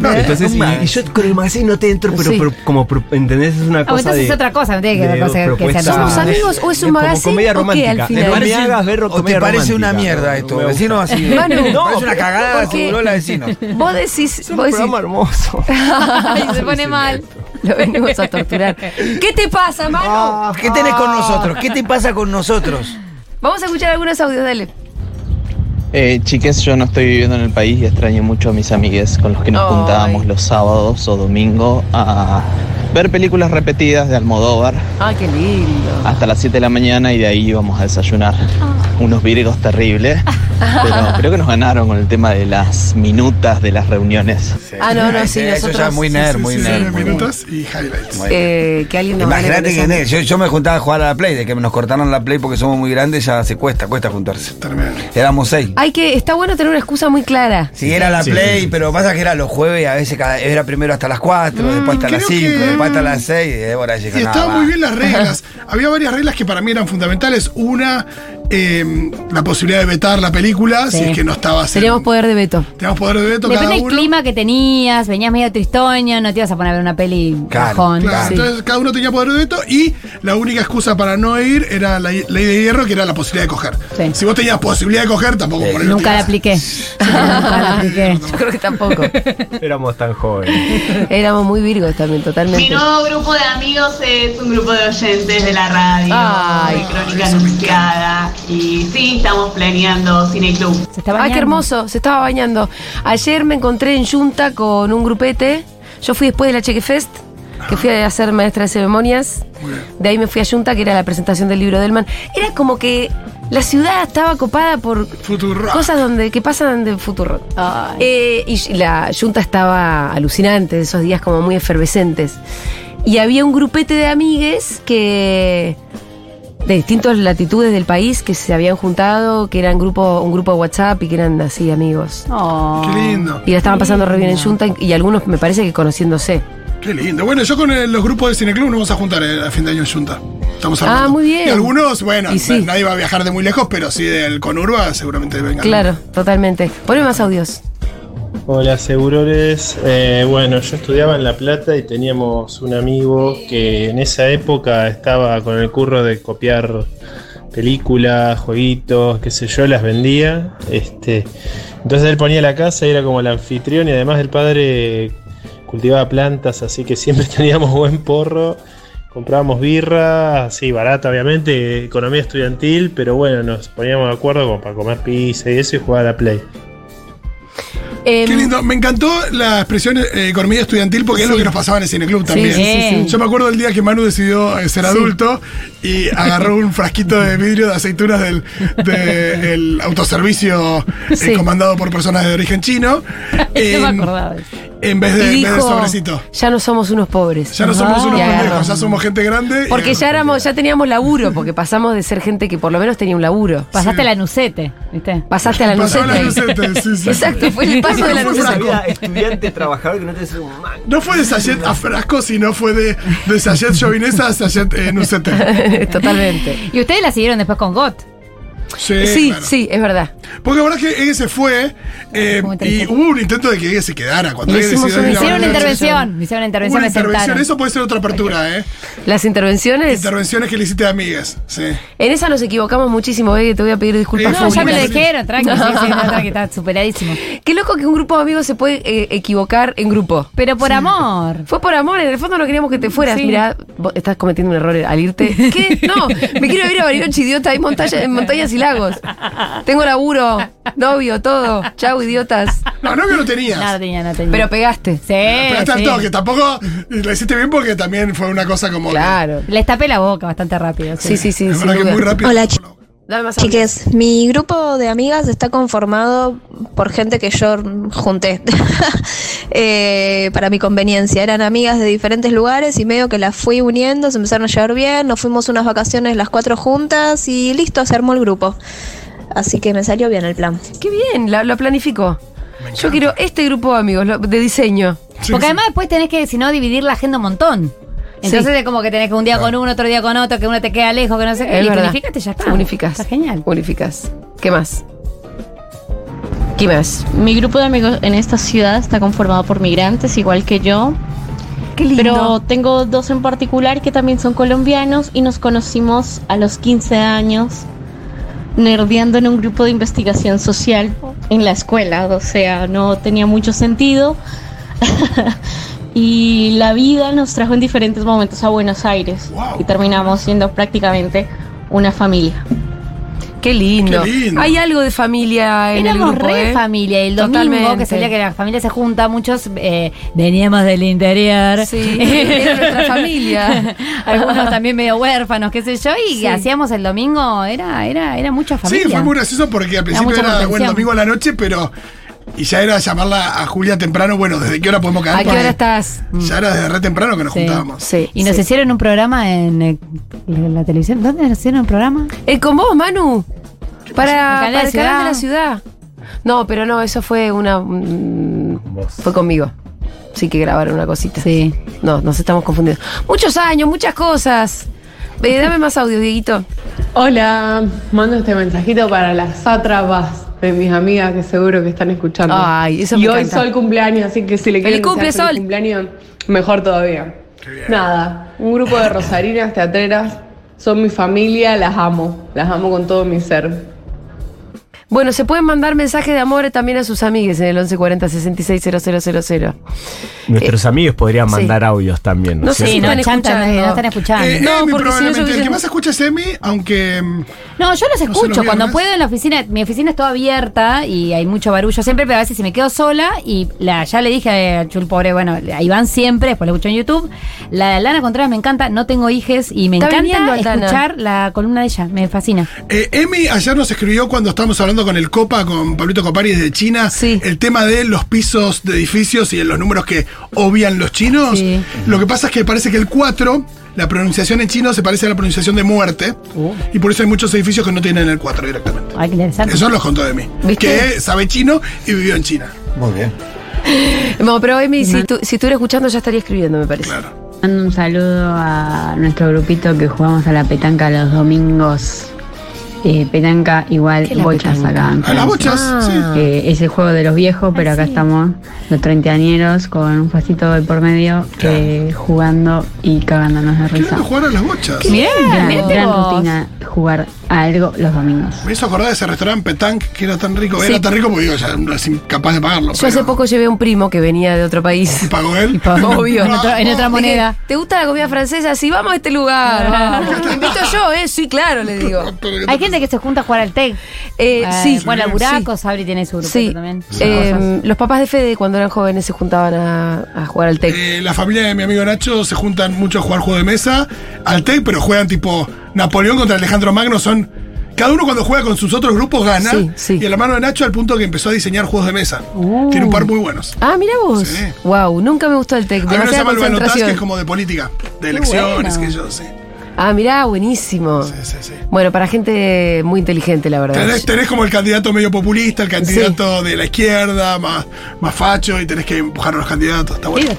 Speaker 1: Sí.
Speaker 6: Entonces,
Speaker 4: Un
Speaker 6: y- y,
Speaker 4: magazine.
Speaker 6: yo con el magazine no te entro, pero,
Speaker 1: Sí.
Speaker 6: pero como pro- entendés, es una
Speaker 5: Ah,
Speaker 6: cosa.
Speaker 5: entonces
Speaker 6: de-
Speaker 5: es otra cosa, no tiene que ver
Speaker 6: de
Speaker 5: con que- que
Speaker 6: propuesta-
Speaker 5: sea
Speaker 1: ¿Somos amigos o es un
Speaker 6: como
Speaker 1: magazine
Speaker 6: comedia
Speaker 1: o qué,
Speaker 6: romántica.
Speaker 1: al final?
Speaker 6: No me
Speaker 1: Parece-
Speaker 6: hagas ver
Speaker 4: ¿O
Speaker 6: comedia
Speaker 4: te parece
Speaker 6: romántica.
Speaker 4: una mierda esto?
Speaker 6: No me gusta.
Speaker 4: Vecino así.
Speaker 1: Manu.
Speaker 4: no, parece una cagada,
Speaker 1: ¿Por qué?
Speaker 4: se burló la vecino.
Speaker 1: Vos decís.
Speaker 6: Es un
Speaker 1: Vos decís
Speaker 6: programa hermoso.
Speaker 5: Ay, se pone mal.
Speaker 1: lo venimos a torturar. ¿Qué te pasa, Manu?
Speaker 5: Ah.
Speaker 6: Ah,
Speaker 4: ¿Qué tenés con nosotros? ¿Qué te pasa con nosotros?
Speaker 1: Vamos a escuchar algunos audios, dale.
Speaker 7: Eh, chiques, yo no estoy viviendo en el país y extraño mucho a mis amigues con los que nos
Speaker 1: Ay.
Speaker 7: juntábamos los sábados o domingo a ver películas repetidas de Almodóvar
Speaker 1: Ah, qué lindo. Ah.
Speaker 7: hasta las 7 de la mañana y de ahí íbamos a desayunar. Unos virgos terribles, pero creo que nos ganaron con el tema de las minutas de las reuniones.
Speaker 1: Ah, no, no, sí,
Speaker 4: Eso
Speaker 1: nosotros-
Speaker 4: ya es muy nerd,
Speaker 2: Sí,
Speaker 4: muy
Speaker 2: sí, sí,
Speaker 4: nerd. muy
Speaker 2: minutos y highlights.
Speaker 1: Eh, que alguien nos gane
Speaker 4: Imagínate
Speaker 1: con
Speaker 4: que
Speaker 1: esa-
Speaker 4: en- yo, yo me juntaba a jugar a la Play, de que nos cortaron la Play porque somos muy grandes, ya se cuesta, cuesta juntarse.
Speaker 2: Tremendo.
Speaker 4: Éramos seis.
Speaker 1: Hay que, está bueno tener una excusa muy clara.
Speaker 4: Sí, era la
Speaker 6: Sí.
Speaker 4: Play, pero pasa que era los jueves, a veces cada- era primero hasta las 4, después hasta las
Speaker 2: Mm, creo
Speaker 4: 5,
Speaker 2: que-
Speaker 4: después hasta las 6, y Débora
Speaker 2: Y
Speaker 4: llegó.
Speaker 2: estaban muy bien las reglas. Había varias reglas que para mí eran fundamentales. Una, eh, la posibilidad de vetar la película si
Speaker 1: Sí.
Speaker 2: es que no estaba en-
Speaker 1: Teníamos poder de veto.
Speaker 2: Teníamos poder de veto
Speaker 5: Depende
Speaker 2: cada
Speaker 5: del
Speaker 2: uno.
Speaker 5: clima que tenías, venías medio tristoña, no te ibas a poner a ver una peli
Speaker 4: Claro,
Speaker 5: bajón.
Speaker 2: Claro,
Speaker 5: Sí.
Speaker 2: entonces cada uno tenía poder de veto y la única excusa para no ir era la ley de hierro, que era la posibilidad de coger.
Speaker 5: Sí.
Speaker 2: Si vos tenías posibilidad de coger, tampoco por ahí lo
Speaker 5: Nunca la
Speaker 2: tirás.
Speaker 5: apliqué. Ah, Nunca la apliqué.
Speaker 1: Yo creo que tampoco.
Speaker 6: ah, Éramos tan jóvenes.
Speaker 1: Éramos muy virgos también,
Speaker 8: Mi
Speaker 1: totalmente.
Speaker 8: nuevo grupo de amigos es un grupo de oyentes de la radio,
Speaker 1: Ay,
Speaker 8: de Crónica Anunciada. Y sí, estamos planeando Cine Club.
Speaker 5: Se está
Speaker 1: Ah,
Speaker 5: bañando.
Speaker 1: qué hermoso, se estaba bañando. Ayer me encontré en Junta con un grupete. Yo fui después de la Cheque Fest, que fui a hacer maestra de ceremonias. De ahí me fui a Junta, que era la presentación del libro del man. Era como que la ciudad estaba copada por
Speaker 2: Futurrock.
Speaker 1: cosas donde que pasan de futuro.
Speaker 5: Ay.
Speaker 1: Eh, y la Junta estaba alucinante, esos días como muy efervescentes. Y había un grupete de amigues que de distintas latitudes del país que se habían juntado, que eran grupo, un grupo de WhatsApp y que eran así amigos.
Speaker 5: Oh.
Speaker 2: Qué lindo,
Speaker 1: Y la estaban pasando re bien en Junta y, y algunos me parece que conociéndose.
Speaker 2: qué lindo. Bueno, yo con eh, los grupos de Cineclub nos vamos a juntar eh, a fin de año en Junta. Estamos hablando.
Speaker 1: Ah, muy bien.
Speaker 2: Y algunos, bueno,
Speaker 1: Y sí.
Speaker 2: nadie va a viajar de muy lejos, pero sí del Conurba seguramente vengan.
Speaker 1: Claro, totalmente. Poneme más audios.
Speaker 9: Hola, segurores. Eh, bueno, yo estudiaba en La Plata y teníamos un amigo que en esa época estaba con el curro de copiar películas, jueguitos, qué sé yo, las vendía. Este, entonces él ponía la casa y era como el anfitrión y además el padre cultivaba plantas, así que siempre teníamos buen porro. Comprábamos birra, así barata obviamente, economía estudiantil, pero bueno, nos poníamos de acuerdo como para comer pizza y eso y jugar a la Play.
Speaker 1: Em,
Speaker 2: Qué lindo. Me encantó la expresión eh, economía estudiantil porque es lo que nos pasaba en el cineclub también.
Speaker 5: sí, sí, sí.
Speaker 2: Yo me acuerdo el día que Manu decidió eh, ser adulto y agarró un frasquito de vidrio de aceitunas del de el autoservicio eh,
Speaker 1: Sí.
Speaker 2: comandado por personas de origen chino.
Speaker 5: No me
Speaker 2: en,
Speaker 5: acordaba. de eso.
Speaker 2: en vez
Speaker 1: y
Speaker 2: de, en vez de
Speaker 1: dijo,
Speaker 2: sobrecito.
Speaker 1: ya no somos unos pobres.
Speaker 2: Ya no somos unos
Speaker 1: Y agarró.
Speaker 2: pendejos, ya somos gente grande. y
Speaker 1: Porque ya
Speaker 2: agarró.
Speaker 1: éramos, ya teníamos laburo, porque pasamos de ser gente que por lo menos tenía un laburo.
Speaker 5: Pasaste la nucete, ¿viste?
Speaker 1: Pasaste a la
Speaker 2: Pasaba la
Speaker 1: Nucete.
Speaker 2: Nucete, sí, sí.
Speaker 1: Exacto, fue el paso de la
Speaker 2: Fue
Speaker 1: Nucete.
Speaker 2: Franco.
Speaker 6: estudiante trabajador que no te hace un mango.
Speaker 2: No fue de Sayet a Frasco, sino fue de, de Sayet Jovinesa a Sayet eh, Nucete.
Speaker 1: Totalmente.
Speaker 5: Y ustedes la siguieron después con Got.
Speaker 2: Sí,
Speaker 1: sí,
Speaker 2: claro.
Speaker 1: sí, es verdad.
Speaker 2: Porque la verdad es que Ege se fue eh,
Speaker 5: Muy triste.
Speaker 2: y hubo un intento de que Ege se quedara. Cuando
Speaker 1: Le
Speaker 2: Ege
Speaker 1: hicimos un-
Speaker 2: decidió ir a
Speaker 1: hicieron
Speaker 5: Hicieron una
Speaker 2: Barcelona,
Speaker 5: intervención, me hicieron una
Speaker 2: hubo
Speaker 5: intervención,
Speaker 2: una
Speaker 5: me
Speaker 2: intervención.
Speaker 5: sentaron.
Speaker 2: Eso puede ser otra apertura, ¿eh?
Speaker 1: Las intervenciones.
Speaker 2: Intervenciones que le hiciste a amigues. Sí.
Speaker 1: en esa nos equivocamos muchísimo, eh, que te voy a pedir disculpas.
Speaker 2: Eh,
Speaker 5: No, ya me lo
Speaker 1: públicas.
Speaker 5: dijeron, tranqui, sí, sí, no, tranqui, está superadísimo.
Speaker 1: Qué loco que un grupo de amigos se puede eh, equivocar en grupo.
Speaker 5: Pero por amor.
Speaker 1: Fue por amor, en el fondo no queríamos que te fueras.
Speaker 5: Sí.
Speaker 1: Mirá, vos estás cometiendo un error al irte. ¿Qué? No, me quiero ir a Bariloche, idiota. Hay montaña- en montañas y lagos. Tengo laburo, novio, todo. Chau, idiotas.
Speaker 2: No, no que lo tenías.
Speaker 5: No, no tenía, no tenía.
Speaker 1: Pero pegaste.
Speaker 5: sí,
Speaker 2: Pero hasta
Speaker 5: sí.
Speaker 2: el toque, tampoco lo hiciste bien porque también fue una cosa como. que-
Speaker 1: Claro.
Speaker 5: Les tapé la boca bastante rápido.
Speaker 1: Sí, sí, sí.
Speaker 2: la
Speaker 1: sin
Speaker 2: verdad que
Speaker 1: duda.
Speaker 2: muy rápido.
Speaker 10: Hola, chi-
Speaker 1: Dame más audio.
Speaker 10: Chiques, mi grupo de amigas está conformado por gente que yo junté eh, para mi conveniencia. Eran amigas de diferentes lugares y medio que las fui uniendo, se empezaron a llevar bien, nos fuimos unas vacaciones las cuatro juntas y listo, se armó el grupo. Así que me salió bien el plan.
Speaker 1: Qué bien, la- lo planificó. Yo quiero este grupo de amigos lo- de diseño.
Speaker 2: Sí,
Speaker 5: Porque
Speaker 2: sí.
Speaker 5: además después tenés que, si no, dividir la agenda un montón. Entonces
Speaker 1: Sí. Ah.
Speaker 5: es como que tenés que un día con uno, otro día con otro, que uno te queda lejos, que no sé qué.
Speaker 1: Es
Speaker 5: y
Speaker 1: verdad.
Speaker 5: unificaste, ya está.
Speaker 1: Unificás.
Speaker 5: Está genial.
Speaker 1: Unificás. ¿Qué más? ¿Qué más?
Speaker 11: Mi grupo de amigos en esta ciudad está conformado por migrantes, igual que yo.
Speaker 1: Qué
Speaker 11: lindo. Pero tengo dos en particular que también son colombianos y nos conocimos a los 15 años nerdeando en un grupo de investigación social en la escuela, o sea, no tenía mucho sentido. y la vida nos trajo en diferentes momentos a Buenos Aires y terminamos siendo prácticamente una familia.
Speaker 1: Qué lindo. Hay algo de familia en
Speaker 5: Éramos
Speaker 1: el grupo,
Speaker 5: re
Speaker 1: ¿eh?
Speaker 5: familia. El domingo
Speaker 1: Totalmente.
Speaker 5: que salía que la familia se junta, muchos eh, veníamos del interior.
Speaker 1: Sí, era nuestra familia.
Speaker 5: Algunos también medio huérfanos, qué sé yo, y hacíamos el domingo, era, era, era mucha familia.
Speaker 2: Sí, fue muy gracioso porque al principio
Speaker 5: mucha
Speaker 2: era, bueno,
Speaker 5: contención.
Speaker 2: domingo a la noche, pero. Y ya era llamarla a Julia temprano, bueno, ¿desde qué hora podemos caer?
Speaker 5: ¿A qué
Speaker 2: Porque
Speaker 5: hora estás?
Speaker 2: Ya era desde re temprano que nos
Speaker 5: Sí.
Speaker 2: juntábamos.
Speaker 5: Y nos hicieron un programa en eh, la la televisión. ¿Dónde nos hicieron un programa?
Speaker 1: Eh, con vos, Manu. Para,
Speaker 5: El canal
Speaker 1: para el
Speaker 5: de
Speaker 1: canal de la ciudad. No, pero no, eso fue una. mm, Fue conmigo. Sí que grabaron una cosita.
Speaker 5: Sí.
Speaker 1: No, nos estamos confundiendo. Muchos años, muchas cosas. Eh, dame más audio, Dieguito.
Speaker 12: Hola, mando este mensajito para las sátrapas de mis amigas que seguro que están escuchando.
Speaker 1: Ay, eso
Speaker 12: y
Speaker 1: me
Speaker 12: hoy
Speaker 1: encanta.
Speaker 12: Sol cumpleaños, así que si le
Speaker 1: ¡Feliz
Speaker 12: quieren desear
Speaker 1: cumple, Sol!
Speaker 12: cumpleaños, mejor todavía. Nada, un grupo de rosarinas teatreras, son mi familia, las amo, las amo con todo mi ser.
Speaker 1: Bueno, se pueden mandar mensajes de amor también a sus amigues en el 1140 660000.
Speaker 6: Nuestros amigos podrían
Speaker 1: Eh, sí.
Speaker 6: mandar audios también.
Speaker 1: No sé
Speaker 6: ¿cierto?
Speaker 1: si están escuchando.
Speaker 2: Eh,
Speaker 1: No, porque si
Speaker 2: Emi,
Speaker 1: no,
Speaker 2: probablemente.
Speaker 1: yo
Speaker 2: el que
Speaker 1: hubiese-
Speaker 2: más escucha es Emi, aunque. mm,
Speaker 5: No, yo los
Speaker 2: No sé,
Speaker 5: escucho
Speaker 2: los
Speaker 5: cuando
Speaker 2: viernes.
Speaker 5: puedo en la oficina. Mi oficina es toda abierta y hay mucho barullo siempre, pero a veces si me quedo sola y la, ya le dije a Chul Pobre, bueno, a Iván siempre, después lo escucho en YouTube. La de Lana Contreras me encanta, no tengo hijes y me
Speaker 1: Está viniendo,
Speaker 5: encanta
Speaker 1: Altana.
Speaker 5: escuchar la columna de ella, me fascina.
Speaker 2: Eh, Emi ayer nos escribió cuando estábamos hablando con el Copa, con Pablito Copari de China, el tema de los pisos de edificios y de los números que obvian los chinos. Lo que pasa es que parece que el 4, la pronunciación en chino se parece a la pronunciación de muerte,
Speaker 5: Uh.
Speaker 2: y por eso hay muchos edificios que no tienen el 4 directamente.
Speaker 5: Ay, qué interesante.
Speaker 2: Eso los contó Emi,
Speaker 1: ¿Viste?
Speaker 2: que sabe chino y vivió en China.
Speaker 4: Muy bien.
Speaker 1: No, pero Emi, si, tú, si estuviera escuchando ya estaría escribiendo, me parece.
Speaker 13: Mando un saludo a nuestro grupito que jugamos a la petanca los domingos. Eh, petanca igual
Speaker 1: ¿Qué es la
Speaker 13: bochas
Speaker 1: petanca? Ah,
Speaker 13: acá. en
Speaker 1: A las
Speaker 13: Francia.
Speaker 1: bochas, Ah. sí.
Speaker 13: Eh, es el juego de los viejos, pero acá estamos los treintañeros con un pasito de por medio eh, jugando y cagándonos de risa.
Speaker 2: Quiero jugar a las bochas.
Speaker 13: Qué gran, gran rutina jugar a algo los domingos.
Speaker 2: Me hizo acordar de ese restaurante Petank que era tan rico.
Speaker 1: Sí.
Speaker 2: Era tan rico porque digo, ya no es incapaz de pagarlo.
Speaker 1: Yo hace poco llevé a un primo que venía de otro país. ¿Y
Speaker 2: pagó él?
Speaker 1: Obvio.
Speaker 2: En otra- en otra moneda.
Speaker 1: Dije, ¿Te gusta la comida francesa? Sí, vamos a este lugar. vamos. Te invito yo, ¿eh? Sí, claro, le digo.
Speaker 5: Hay gente que se junta a jugar al TEC.
Speaker 1: Eh, sí.
Speaker 5: Ah, Bueno,
Speaker 1: Sí.
Speaker 5: Buraco, Sabri tiene su grupo
Speaker 1: Sí.
Speaker 5: también.
Speaker 1: Eh,
Speaker 5: Cosas.
Speaker 1: los papás de Fede cuando eran jóvenes se juntaban a, a jugar al tec.
Speaker 2: Eh, la familia de mi amigo Nacho se juntan mucho a jugar juego de mesa, al TEC, pero juegan tipo Napoleón contra Alejandro Magno. Son. Cada uno cuando juega con sus otros grupos gana.
Speaker 1: Sí,
Speaker 2: Y el hermano de Nacho al punto que empezó a diseñar juegos de mesa. Tiene un par muy buenos.
Speaker 1: Ah, mira vos. Wow, nunca me gustó el tec.
Speaker 2: Hay uno que se
Speaker 1: Demasiada
Speaker 2: llama el Balotage, que
Speaker 1: concentración.
Speaker 2: es como de política, de elecciones,
Speaker 1: bueno.
Speaker 2: que yo sé.
Speaker 1: Ah, mirá, buenísimo. Bueno, para gente muy inteligente, la verdad.
Speaker 2: Tenés, este- tenés como el candidato medio populista, el candidato de la izquierda, más, más facho, y tenés que empujar a los candidatos. Está bueno.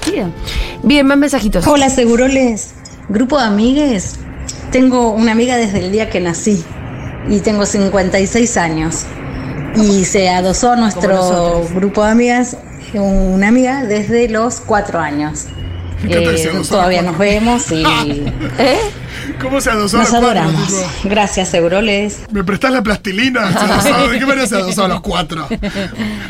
Speaker 1: Bien, más mensajitos.
Speaker 14: Hola, Seguroles. Grupo de amigues. Tengo una amiga desde el día que nací y tengo 56 años. Y se adosó a nuestro grupo de amigas una amiga desde los 4 años.
Speaker 2: Me encanta
Speaker 14: Eh,
Speaker 2: que se adosó a
Speaker 14: todavía
Speaker 2: los
Speaker 14: nos vemos y
Speaker 2: ¿Cómo se adosó a
Speaker 14: nos
Speaker 2: los cuatro?
Speaker 14: adoramos. Gracias, Seguroles.
Speaker 2: ¿Me prestás la plastilina? Se adosó. ¿De qué manera se adosó a los cuatro?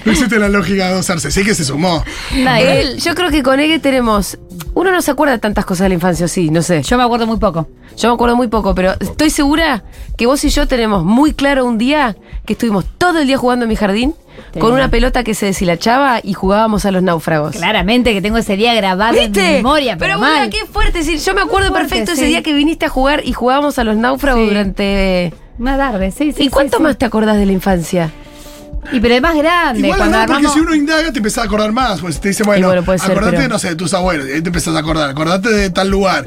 Speaker 2: No existe la lógica de adosarse, sí que se sumó.
Speaker 1: Él, Eh, yo creo que con Ege tenemos. Uno no se acuerda de tantas cosas de la infancia, sí, no sé.
Speaker 5: Yo me acuerdo muy poco.
Speaker 1: Yo me acuerdo muy poco, pero estoy segura que vos y yo tenemos muy claro un día que estuvimos todo el día jugando en mi jardín con
Speaker 5: Sí.
Speaker 1: una pelota que se deshilachaba y jugábamos a los náufragos.
Speaker 5: Claramente que tengo ese día grabado en
Speaker 1: ¿Viste?
Speaker 5: mi memoria, pero,
Speaker 1: Pero
Speaker 5: mal.
Speaker 1: boluda, qué fuerte. es decir, yo me acuerdo
Speaker 5: fuerte,
Speaker 1: perfecto ese
Speaker 5: sí.
Speaker 1: día que viniste a jugar y jugábamos a los náufragos durante.
Speaker 5: Más tarde, sí, sí.
Speaker 1: ¿Y cuánto más te acordás de la infancia?
Speaker 5: Y pero es más grande.
Speaker 2: Igual
Speaker 5: cuando
Speaker 2: no, porque
Speaker 5: armamos-
Speaker 2: si uno indaga te empezás a acordar más. Pues te dice, bueno,
Speaker 1: bueno, puede ser,
Speaker 2: acordate,
Speaker 1: pero-
Speaker 2: no sé, de tus abuelos, y ahí te empezás a acordar, acordate de tal lugar.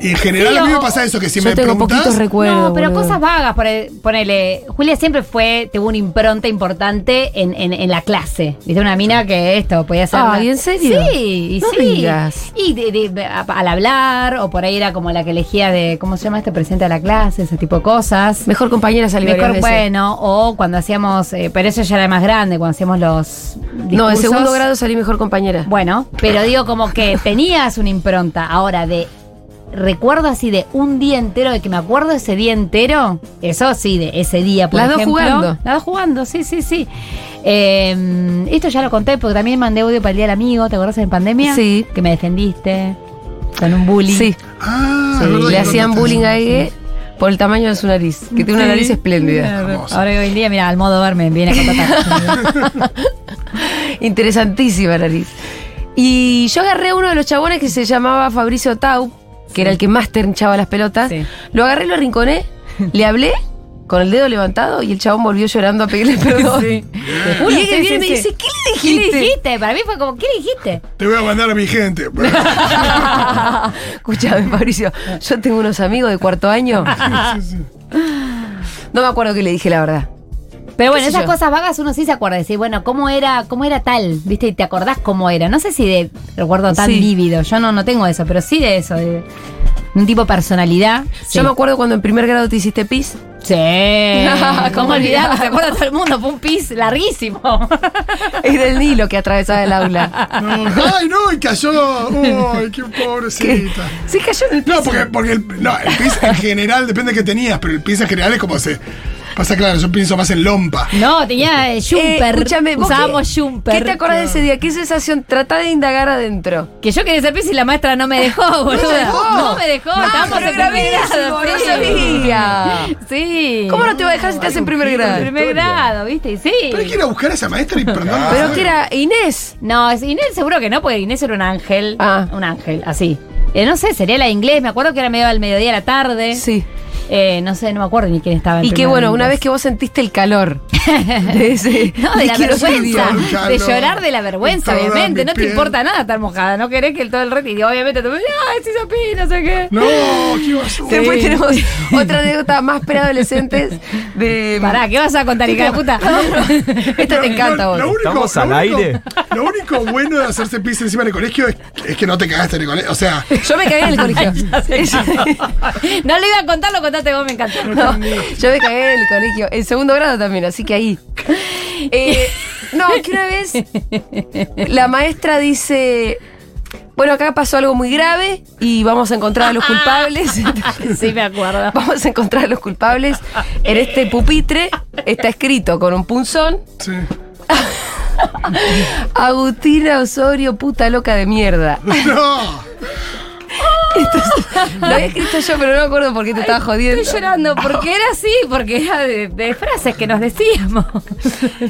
Speaker 2: Y en general
Speaker 5: Sí,
Speaker 2: a mí
Speaker 5: o-
Speaker 2: me pasa eso, que si
Speaker 1: Yo
Speaker 2: me
Speaker 1: tengo
Speaker 2: preguntás,
Speaker 1: poquitos recuerdos.
Speaker 5: No, pero
Speaker 1: boludo.
Speaker 5: cosas vagas. pone- Ponele, Julia siempre fue, tuvo una impronta importante en, en- en la clase. Viste, una mina que esto podía ser.
Speaker 1: Ay, ¿en serio?
Speaker 5: Sí, y
Speaker 1: No
Speaker 5: sí.
Speaker 1: digas.
Speaker 5: Y de- de- a- al hablar, o por ahí era como la que elegía de, ¿cómo se llama este? Presidente de la clase, ese tipo de cosas.
Speaker 1: Mejor compañera salió
Speaker 5: Mejor
Speaker 1: varias veces.
Speaker 5: bueno, o cuando hacíamos, eh, pero eso ya era más grande, cuando hacíamos los.
Speaker 1: No, en
Speaker 5: discursos.
Speaker 1: segundo grado salí mejor compañera.
Speaker 5: Bueno, pero digo como que tenías una impronta. Ahora, de recuerdo así de un día entero, de que me acuerdo ese día entero, eso sí, de ese día, por
Speaker 1: Las dos
Speaker 5: ejemplo.
Speaker 1: jugando.
Speaker 5: Las dos jugando, sí, sí, sí. Eh, esto ya lo conté porque también mandé audio para el Día del Amigo, ¿te acordás en pandemia?
Speaker 1: Sí.
Speaker 5: Que me defendiste con un bullying.
Speaker 1: Sí.
Speaker 2: Ah,
Speaker 5: Sí.
Speaker 2: es verdad
Speaker 1: Le
Speaker 2: que
Speaker 1: hacían
Speaker 2: contaste.
Speaker 1: bullying a Ege por el tamaño de su nariz, que tiene una
Speaker 5: Sí.
Speaker 1: nariz espléndida.
Speaker 2: Hermoso.
Speaker 5: Ahora hoy en día, mira, al modo verme viene a contratar.
Speaker 1: Interesantísima nariz. Y yo agarré a uno de los chabones que se llamaba Fabricio Tau, que era el que más te hinchaba las pelotas. Lo agarré, lo arrinconé, le hablé con el dedo levantado y el chabón volvió llorando a pedirle perdón.
Speaker 5: Te juro,
Speaker 1: Y Ege
Speaker 5: sí,
Speaker 1: viene y me
Speaker 5: sí, sí.
Speaker 1: dice, ¿qué le
Speaker 5: ¿Qué le
Speaker 1: dijiste?
Speaker 5: dijiste? Para mí fue como, ¿qué le dijiste?
Speaker 2: Te voy a mandar a mi gente.
Speaker 1: Escúchame, Fabricio, yo tengo unos amigos de cuarto año. No me acuerdo qué le dije, la verdad.
Speaker 5: Pero
Speaker 1: ¿Qué
Speaker 5: bueno,
Speaker 1: sé
Speaker 5: esas
Speaker 1: yo?
Speaker 5: cosas vagas uno sí se acuerda. Decir, bueno, ¿cómo era, cómo era tal? ¿Viste? Y te acordás cómo era. No sé si de recuerdo tan
Speaker 1: Sí.
Speaker 5: vívido. Yo no, no tengo eso, pero sí de eso. De un tipo de personalidad.
Speaker 1: Yo me acuerdo cuando en primer grado te hiciste pis.
Speaker 5: Sí. ¿Cómo
Speaker 1: ¿Cómo
Speaker 5: olvidar?
Speaker 1: olvidar?
Speaker 5: Se acuerda todo el mundo. Fue un pis larguísimo.
Speaker 1: Era el Nilo que atravesaba el aula.
Speaker 2: No, ay, no, y cayó. Ay, qué pobrecita.
Speaker 1: Sí, cayó en el
Speaker 2: No, porque, porque el, no, el pis en general depende de qué tenías, pero el pis en general es como se. Pasa claro, yo pienso más en lompa.
Speaker 5: No, tenía eh,
Speaker 1: Eh,
Speaker 5: jumper.
Speaker 1: escúchame, vos
Speaker 5: Usábamos
Speaker 1: qué-
Speaker 5: jumper.
Speaker 1: ¿Qué te acordás de ese día? ¿Qué sensación? Trata de indagar adentro.
Speaker 5: Que yo quería ser pis y la maestra no me dejó, boludo.
Speaker 1: dejó.
Speaker 5: No me dejó.
Speaker 1: No,
Speaker 5: Estábamos
Speaker 1: Ah, pero
Speaker 5: en
Speaker 1: era
Speaker 5: primer grado.
Speaker 1: gravísimo, no
Speaker 5: sí.
Speaker 1: sabía.
Speaker 5: Sí.
Speaker 1: ¿Cómo no te va a dejar si estás en primer
Speaker 5: En
Speaker 1: grado?
Speaker 5: primer grado, ¿viste? Y Sí.
Speaker 2: Pero hay que ir a buscar a esa maestra y perdón.
Speaker 1: Pero que era Inés.
Speaker 5: No, es- Inés seguro que no, porque Inés era un ángel.
Speaker 1: Ah.
Speaker 5: Un ángel, así. Eh, no sé, sería la de inglés, me acuerdo que era medio al mediodía de la tarde.
Speaker 1: Sí.
Speaker 5: Eh, no sé, no me acuerdo ni quién estaba en
Speaker 1: Y qué
Speaker 5: primero
Speaker 1: bueno,
Speaker 5: de
Speaker 1: una
Speaker 5: inglés.
Speaker 1: vez que vos sentiste el calor de ese.
Speaker 5: No, de la
Speaker 1: líquido
Speaker 5: vergüenza,
Speaker 1: tibio.
Speaker 5: de llorar de la vergüenza,
Speaker 2: Toda
Speaker 5: obviamente,
Speaker 2: mi
Speaker 5: no te
Speaker 2: piel.
Speaker 5: importa nada estar mojada, no querés que el, todo el reto, y obviamente tú me dices, ay, si sopi, no sé qué.
Speaker 2: No, qué basura.
Speaker 1: Después tenemos otra anécdota más preadolescentes de.
Speaker 5: Pará, ¿qué vas a contar, hija de puta?
Speaker 1: Esta te encanta
Speaker 2: Lo-
Speaker 1: vos.
Speaker 2: lo único-
Speaker 6: ¿Estamos
Speaker 2: lo
Speaker 6: al
Speaker 2: único-
Speaker 6: aire?
Speaker 2: Lo único bueno de hacerse pis encima del colegio es, es que no te cagaste en el colegio. O sea,
Speaker 1: Yo me cagué en el colegio.
Speaker 5: no lo iba a contar, lo contaste vos, me encantó.
Speaker 1: No, yo me cagué en el colegio. En segundo grado también, así que ahí. Eh, no, que una vez la maestra dice. Bueno, acá pasó algo muy grave y vamos a encontrar a los culpables.
Speaker 5: Ah, Sí, me acuerdo.
Speaker 1: Vamos a encontrar a los culpables. En este pupitre está escrito con un punzón.
Speaker 2: sí.
Speaker 1: Agustina Osorio, puta loca de mierda.
Speaker 2: No.
Speaker 1: Lo había escrito yo, pero no me acuerdo por qué te estaba jodiendo.
Speaker 5: Estoy llorando porque era así, porque era de, de frases que nos decíamos.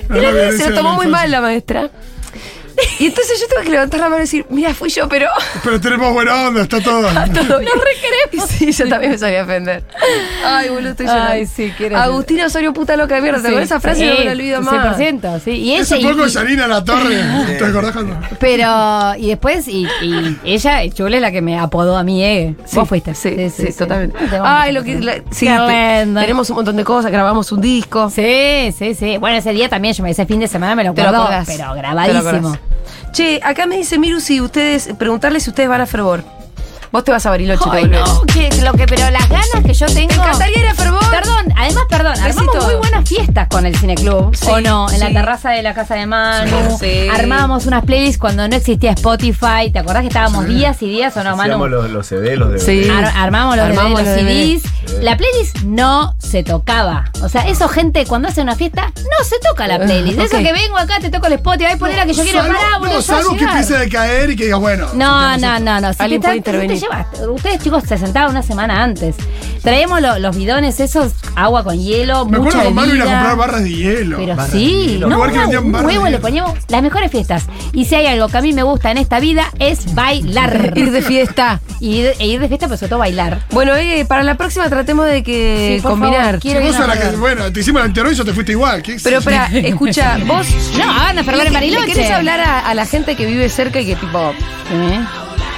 Speaker 2: la violencia
Speaker 1: Se lo
Speaker 2: de
Speaker 1: tomó
Speaker 2: la
Speaker 1: muy
Speaker 2: infancia.
Speaker 1: mal la maestra. Y entonces yo tuve que levantar la mano y decir, mira, fui yo, pero
Speaker 2: Pero tenemos buena onda, está todo.
Speaker 1: todo bien. Y sí, yo también me sabía ofender. Ay, boludo, estoy llorando.
Speaker 5: Ay, sí, qué gracioso.
Speaker 1: Agustina Osorio, puta loca de mierda.
Speaker 5: Sí.
Speaker 1: Con esa frase no me la olvido más.
Speaker 5: 100%, sí. Y ella
Speaker 2: Eso
Speaker 5: y-
Speaker 2: fue con
Speaker 5: y-
Speaker 2: Yanina La Torre. ¿Te acordás cuando?
Speaker 5: pero, y después, y, y ella, Chula, es la que me apodó a mí, ¿eh? Vos fuiste.
Speaker 1: Sí, sí, totalmente.
Speaker 5: Te vamos a
Speaker 1: Ay, lo que. la- sí,
Speaker 5: Qué
Speaker 1: te-
Speaker 5: lindo.
Speaker 1: tenemos un montón de cosas, grabamos un disco.
Speaker 5: Sí, sí, sí. Bueno, ese día también, yo me ese fin de semana me lo
Speaker 1: Te lo
Speaker 5: acuerdo,
Speaker 1: acordás.
Speaker 5: pero
Speaker 1: Te lo
Speaker 5: grabadísimo.
Speaker 1: acordás. Che, acá me dice Miru si ustedes, preguntarle si ustedes van a fervor. Vos te vas a Bariloche, te
Speaker 5: Ay,
Speaker 1: volvés.
Speaker 5: no, que lo que, pero las ganas que yo tengo.
Speaker 1: Me encantaría ir a fervor.
Speaker 5: Perdón, además, perdón, armamos
Speaker 1: Besito.
Speaker 5: muy buenas fiestas con el cineclub.
Speaker 1: Sí,
Speaker 5: o no, en la
Speaker 1: sí.
Speaker 5: terraza de la casa de Manu.
Speaker 1: Sí.
Speaker 5: Armábamos unas playlists cuando no existía Spotify. ¿Te acordás que estábamos días y días o no, Manu?
Speaker 6: Hacíamos los, los CD, los DVD.
Speaker 1: Sí.
Speaker 5: Ar- armamos los,
Speaker 1: Armamos
Speaker 5: DVDs, los
Speaker 1: los
Speaker 5: CDs. La playlist no se tocaba. O sea, eso gente cuando hace una fiesta no se toca la playlist.
Speaker 1: Ok.
Speaker 5: Eso que vengo acá, te toco el Spotify, ahí poner la que yo quiero
Speaker 2: Salvo-
Speaker 5: parar, boludo.
Speaker 2: no,
Speaker 5: ya va a
Speaker 2: salvo que
Speaker 5: llegar.
Speaker 2: empiece a decaer y que digas, bueno.
Speaker 5: No, no, no, no.
Speaker 1: Alguien
Speaker 5: Si te
Speaker 1: puede
Speaker 5: está- si te
Speaker 1: intervenir.
Speaker 5: llevas- ustedes, chicos, se sentaban una semana antes. Traemos lo- los bidones esos, agua con hielo,
Speaker 2: Me
Speaker 5: mucha
Speaker 2: acuerdo con Manu ir a
Speaker 5: bebida.
Speaker 2: comprar barras de hielo.
Speaker 5: Pero
Speaker 2: Barras de
Speaker 5: sí,
Speaker 2: hielo.
Speaker 5: no,
Speaker 2: Igual que
Speaker 5: no,
Speaker 2: vendían
Speaker 5: un
Speaker 2: barras de
Speaker 5: huevo le
Speaker 2: hielo.
Speaker 5: poníamos las mejores fiestas. Y si hay algo que a mí me gusta en esta vida es bailar.
Speaker 1: Ir de fiesta.
Speaker 5: Y ir, e ir de fiesta, pero sobre todo bailar.
Speaker 1: Bueno, eh, para la próxima tratemos de que
Speaker 5: Sí, por
Speaker 1: combinar.
Speaker 5: favor, quiero
Speaker 2: Vos
Speaker 5: ir a
Speaker 2: a la que,
Speaker 5: bailar.
Speaker 2: bueno, te hicimos el anterroyo y te fuiste igual. ¿qué?
Speaker 1: Pero espera, escucha, vos.
Speaker 5: No, van a Fervor en
Speaker 1: ¿Le-
Speaker 5: Bariloche.
Speaker 1: ¿Le querés hablar a, a la gente que vive cerca y que tipo.
Speaker 5: ¿Eh?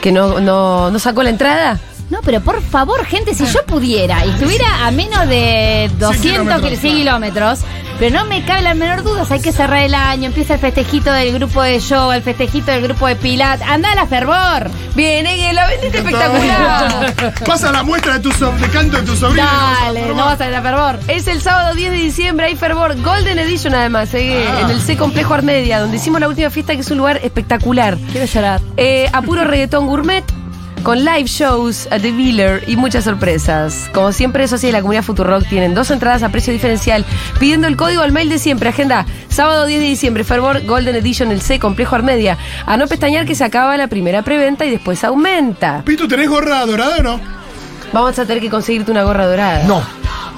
Speaker 1: que no, no, no sacó la entrada?
Speaker 5: No, pero por favor, gente, si yo pudiera y estuviera a menos de 200
Speaker 15: kilómetros,
Speaker 5: kil- sí, kilómetros, pero no me cabe la menor duda, o sea, hay que cerrar el año, empieza el festejito del grupo de show, el festejito del grupo de Pilat, anda a la fervor. Viene, que lo vendiste espectacular.
Speaker 2: Pasa la muestra de tu so- de canto de tu sobrino.
Speaker 1: Dale, no vas
Speaker 5: a ir a fervor.
Speaker 1: Es el sábado 10 de diciembre, hay fervor. Golden Edition, además, eh,
Speaker 5: Ah.
Speaker 1: en el C Complejo Armedia, donde hicimos la última fiesta, que es un lugar espectacular.
Speaker 5: Quiero llorar.
Speaker 1: Eh, a puro reggaetón gourmet, con live shows at the Viller y muchas sorpresas. Como siempre, eso sí, la comunidad Futurock tienen dos entradas a precio diferencial. Pidiendo el código al mail de siempre. Agenda, sábado 10 de diciembre, fervor Golden Edition, el C Complejo Armedia. A no pestañear que se acaba la primera preventa y después aumenta.
Speaker 2: Pitu, ¿tenés gorra dorada o no?
Speaker 1: Vamos a tener que conseguirte una gorra dorada.
Speaker 4: No.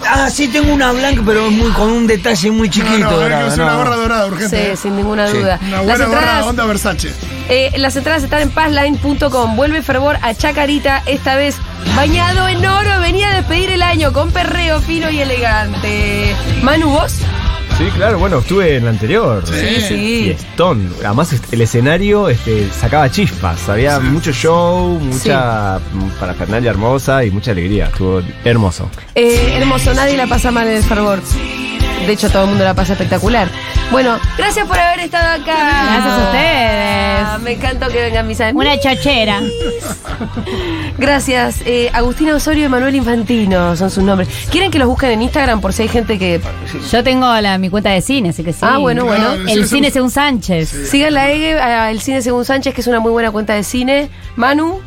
Speaker 4: Ah, sí, tengo una blanca, pero es muy, con un detalle muy chiquito.
Speaker 2: no, hay que
Speaker 4: dorado,
Speaker 2: hacer una
Speaker 4: no.
Speaker 2: gorra dorada, urgente.
Speaker 1: Sí, sin ninguna
Speaker 4: Sí.
Speaker 1: duda.
Speaker 2: Una
Speaker 1: Las
Speaker 2: buena gorra
Speaker 1: entradas,
Speaker 2: onda Versace.
Speaker 1: eh, las entradas están en pazline.com. Vuelve fervor a Chacarita, esta vez bañado en oro. Venía a despedir el año con perreo fino y elegante. Manu, vos.
Speaker 6: Sí, claro, bueno, estuve en la anterior. Eh,
Speaker 1: Sí, sí.
Speaker 6: Fiestón. Además, este, el escenario este, sacaba chispas. Había mucho show, mucha mm, parafernalia hermosa y mucha alegría. Estuvo hermoso.
Speaker 1: Eh, hermoso, nadie la pasa mal en el fervor. De hecho, todo el mundo la pasa espectacular. Bueno, gracias por haber estado acá.
Speaker 5: Gracias a ustedes.
Speaker 1: Ah, me encanta que vengan mis amigos.
Speaker 5: Una chochera.
Speaker 1: Gracias. Eh, Agustina Osorio y Manuel Infantino son sus nombres. ¿Quieren que los busquen en Instagram por si hay gente que...
Speaker 5: Yo tengo la, mi cuenta de cine, así que sí.
Speaker 1: Ah, bueno, bueno.
Speaker 5: El cine según Sánchez.
Speaker 1: Sigan la EGE, a El Cine Según Sánchez, que es una muy buena cuenta de cine. Manu,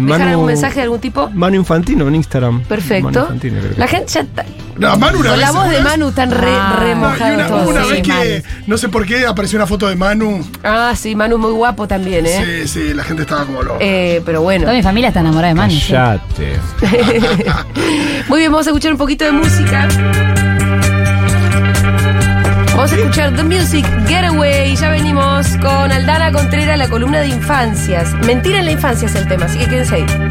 Speaker 1: ¿dejar
Speaker 6: Manu-
Speaker 1: algún mensaje de algún tipo?
Speaker 6: Manu Infantino en Instagram. Manu
Speaker 1: Perfecto.
Speaker 6: Infantino, creo que
Speaker 1: La
Speaker 6: es.
Speaker 1: gente ya está...
Speaker 2: No, Manu una
Speaker 1: Con la
Speaker 2: vez,
Speaker 1: voz de
Speaker 2: ¿no?
Speaker 1: Manu tan re, remojado
Speaker 2: Una,
Speaker 1: todo.
Speaker 2: una
Speaker 1: Sí,
Speaker 2: vez que,
Speaker 1: mal.
Speaker 2: no sé por qué, apareció una foto de Manu.
Speaker 1: Ah, sí, Manu muy guapo también, ¿eh?
Speaker 2: Sí, sí, la gente estaba como loca.
Speaker 1: Eh, pero bueno.
Speaker 5: Toda mi familia está enamorada de Manu. sí.
Speaker 6: Chate.
Speaker 1: Muy bien, vamos a escuchar un poquito de música. Vamos a escuchar The Music Getaway. Y Ya venimos con Aldana Contreras, la columna de infancias. Mentira en la infancia es el tema, así que quédense ahí.